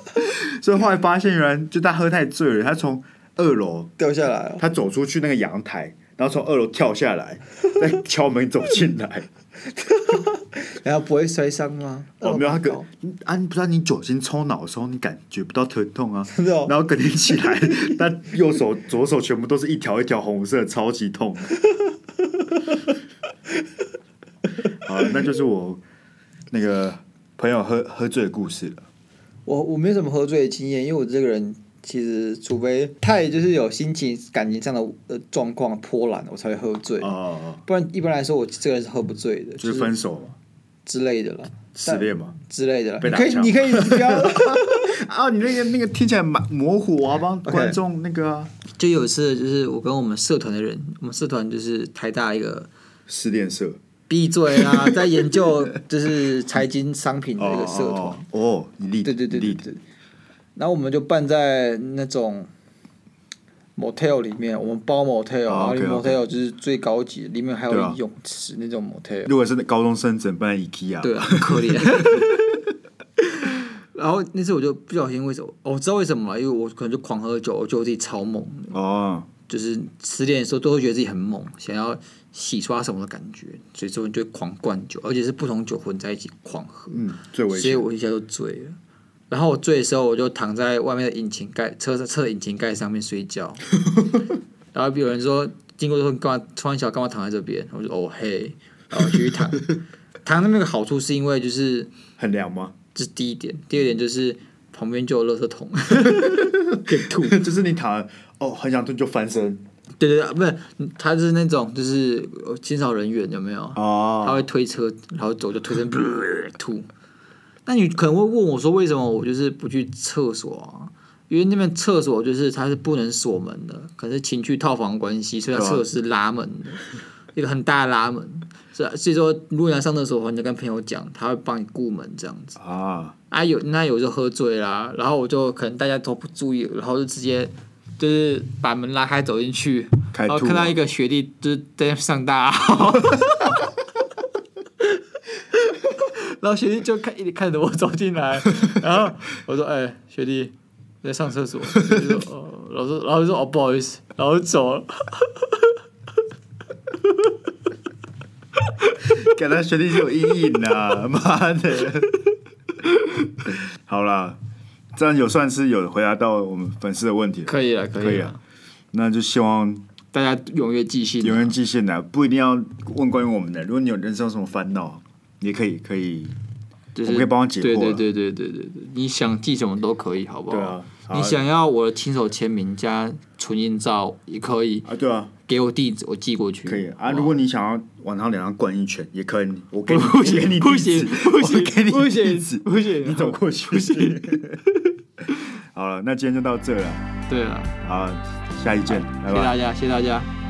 Speaker 1: 所以后来发现原来就他喝太醉了，他从二楼
Speaker 2: 掉下来了，
Speaker 1: 他走出去那个阳台，然后从二楼跳下来，再敲门走进来。
Speaker 2: 然后不会摔伤吗？
Speaker 1: 哦，没有他
Speaker 2: 哥
Speaker 1: 隔，啊，你不知道你酒精冲脑的时候，你感觉不到疼痛啊。
Speaker 2: 真的哦
Speaker 1: 然后隔天起来，他右手、左手全部都是一条一条红色，超级 痛。好，那就是我那个朋友喝喝醉的故事了。
Speaker 2: 我我没有什么喝醉的经验，因为我这个人其实除非太就是有心情、感情上的呃状况波澜，我才会喝醉。
Speaker 1: 哦，
Speaker 2: 不然一般来说，我这个人是喝不醉的，
Speaker 1: 就
Speaker 2: 就是
Speaker 1: 是分手嘛，
Speaker 2: 之类的啦，
Speaker 1: 失恋嘛。
Speaker 2: 之类的啦。
Speaker 1: 被
Speaker 2: 你
Speaker 1: 打
Speaker 2: 可以，
Speaker 1: 枪
Speaker 2: 你可以，你不要，
Speaker 1: 啊，你那个那个听起来蛮模糊，我要帮观众那个啊
Speaker 2: 就有一次，就是我跟我们社团的人，我们社团就是台大一个
Speaker 1: 失恋社
Speaker 2: 闭嘴 啦，在研究就是财经商品的
Speaker 1: 哦
Speaker 2: 一个社团，
Speaker 1: 哦哦，你立
Speaker 3: 对对对对对。然后我们就办在那种 motel 里面，我们包 motel，、然
Speaker 2: 啊
Speaker 3: 后
Speaker 1: 哦
Speaker 3: 里面
Speaker 1: OK，OK
Speaker 3: motel 就是最高级，里面还
Speaker 1: 对
Speaker 3: 有
Speaker 1: 啊
Speaker 3: 泳池那种 motel。
Speaker 1: 如果是高中生，怎么办？IKEA
Speaker 2: 对啊，很可怜。 然后那次我就不小心，为什么？哦我知道为什么了，因为我可能就狂喝酒，我觉得我自己超猛，
Speaker 1: 哦，
Speaker 2: 就是失恋的时候都会觉得自己很猛，想要洗刷什么的感觉，所以之后你就会狂灌酒，而且是不同酒混在一起狂喝，
Speaker 1: 嗯，最危
Speaker 2: 所以
Speaker 1: 险。
Speaker 2: 我一下就醉了。然后我醉的时候，我就躺在外面的引擎盖车车的引擎盖上面睡觉。然后有人说经过说你干嘛穿小干嘛躺在这边？我就哦嘿，然后继续躺。躺那边有个好处是因为就是
Speaker 1: 很凉吗？
Speaker 2: 这是第一点，第二点就是旁边就有垃圾桶，
Speaker 1: 就是你躺了哦，很想吐就翻身
Speaker 2: 对对对，不是，他是那种就是呃清扫人员有没有？他
Speaker 1: 哦，
Speaker 2: 会推车，然后走就推成吐。那你可能会问我说，为什么我就是不去厕所啊？因为那边厕所就是它是不能锁门的，可是情趣套房关系，所以它
Speaker 1: 对啊
Speaker 2: 厕所是拉门的，一个很大的拉门。所以所以说，如果你要上厕所的话，你就跟朋友讲，他会帮你顾门这样子。
Speaker 1: 啊，
Speaker 2: 啊有那有时候喝醉啦，然后我就可能大家都不注意，然后就直接就是把门拉开走进去，
Speaker 1: 开
Speaker 2: 然后
Speaker 1: 吐
Speaker 2: 看到
Speaker 1: 啊
Speaker 2: 一个学弟就是在上大啊号，然后学弟就看一直看着我走进来，然后我说：“哎、学弟，我在上厕所。”学弟说：“哦。”老师，然后就说：“哦，不好意思。”然后就走了。
Speaker 1: 给他学弟是有阴影呐、 妈的！好啦，这样有算是有回答到我们粉丝的问题了，
Speaker 2: 可以了，可
Speaker 1: 可以
Speaker 2: 了
Speaker 1: 啊，。那就希望
Speaker 2: 大家踊跃寄信。
Speaker 1: 有人寄信来，不一定要问关于我们的。如果你有人生有什么烦恼，也可以可以，
Speaker 2: 就
Speaker 1: 我
Speaker 2: 是
Speaker 1: 们可以帮他解惑
Speaker 2: 对
Speaker 1: 了
Speaker 2: 对对对对对对，你想寄什么都可以，好不好？
Speaker 1: 对啊好啊
Speaker 2: 你想要我的亲手签名加纯印照也可以，
Speaker 1: 啊，对啊，
Speaker 2: 给我地址我寄过去。
Speaker 1: 可以啊。
Speaker 2: 好不好
Speaker 1: 如果你想要往他脸上灌一拳，也可以，我给你，
Speaker 2: 不行
Speaker 1: 我给你
Speaker 2: 不
Speaker 1: 地
Speaker 2: 行
Speaker 1: 址，
Speaker 2: 不
Speaker 1: 我
Speaker 2: 行
Speaker 1: 给你
Speaker 2: 不行
Speaker 1: 地址
Speaker 2: 不 行
Speaker 1: 你走过去，不行。 好了，那今天就到这了，
Speaker 2: 对了，
Speaker 1: 啊好，下一见，拜
Speaker 2: 谢谢
Speaker 1: 拜。
Speaker 2: 大家，谢谢大家。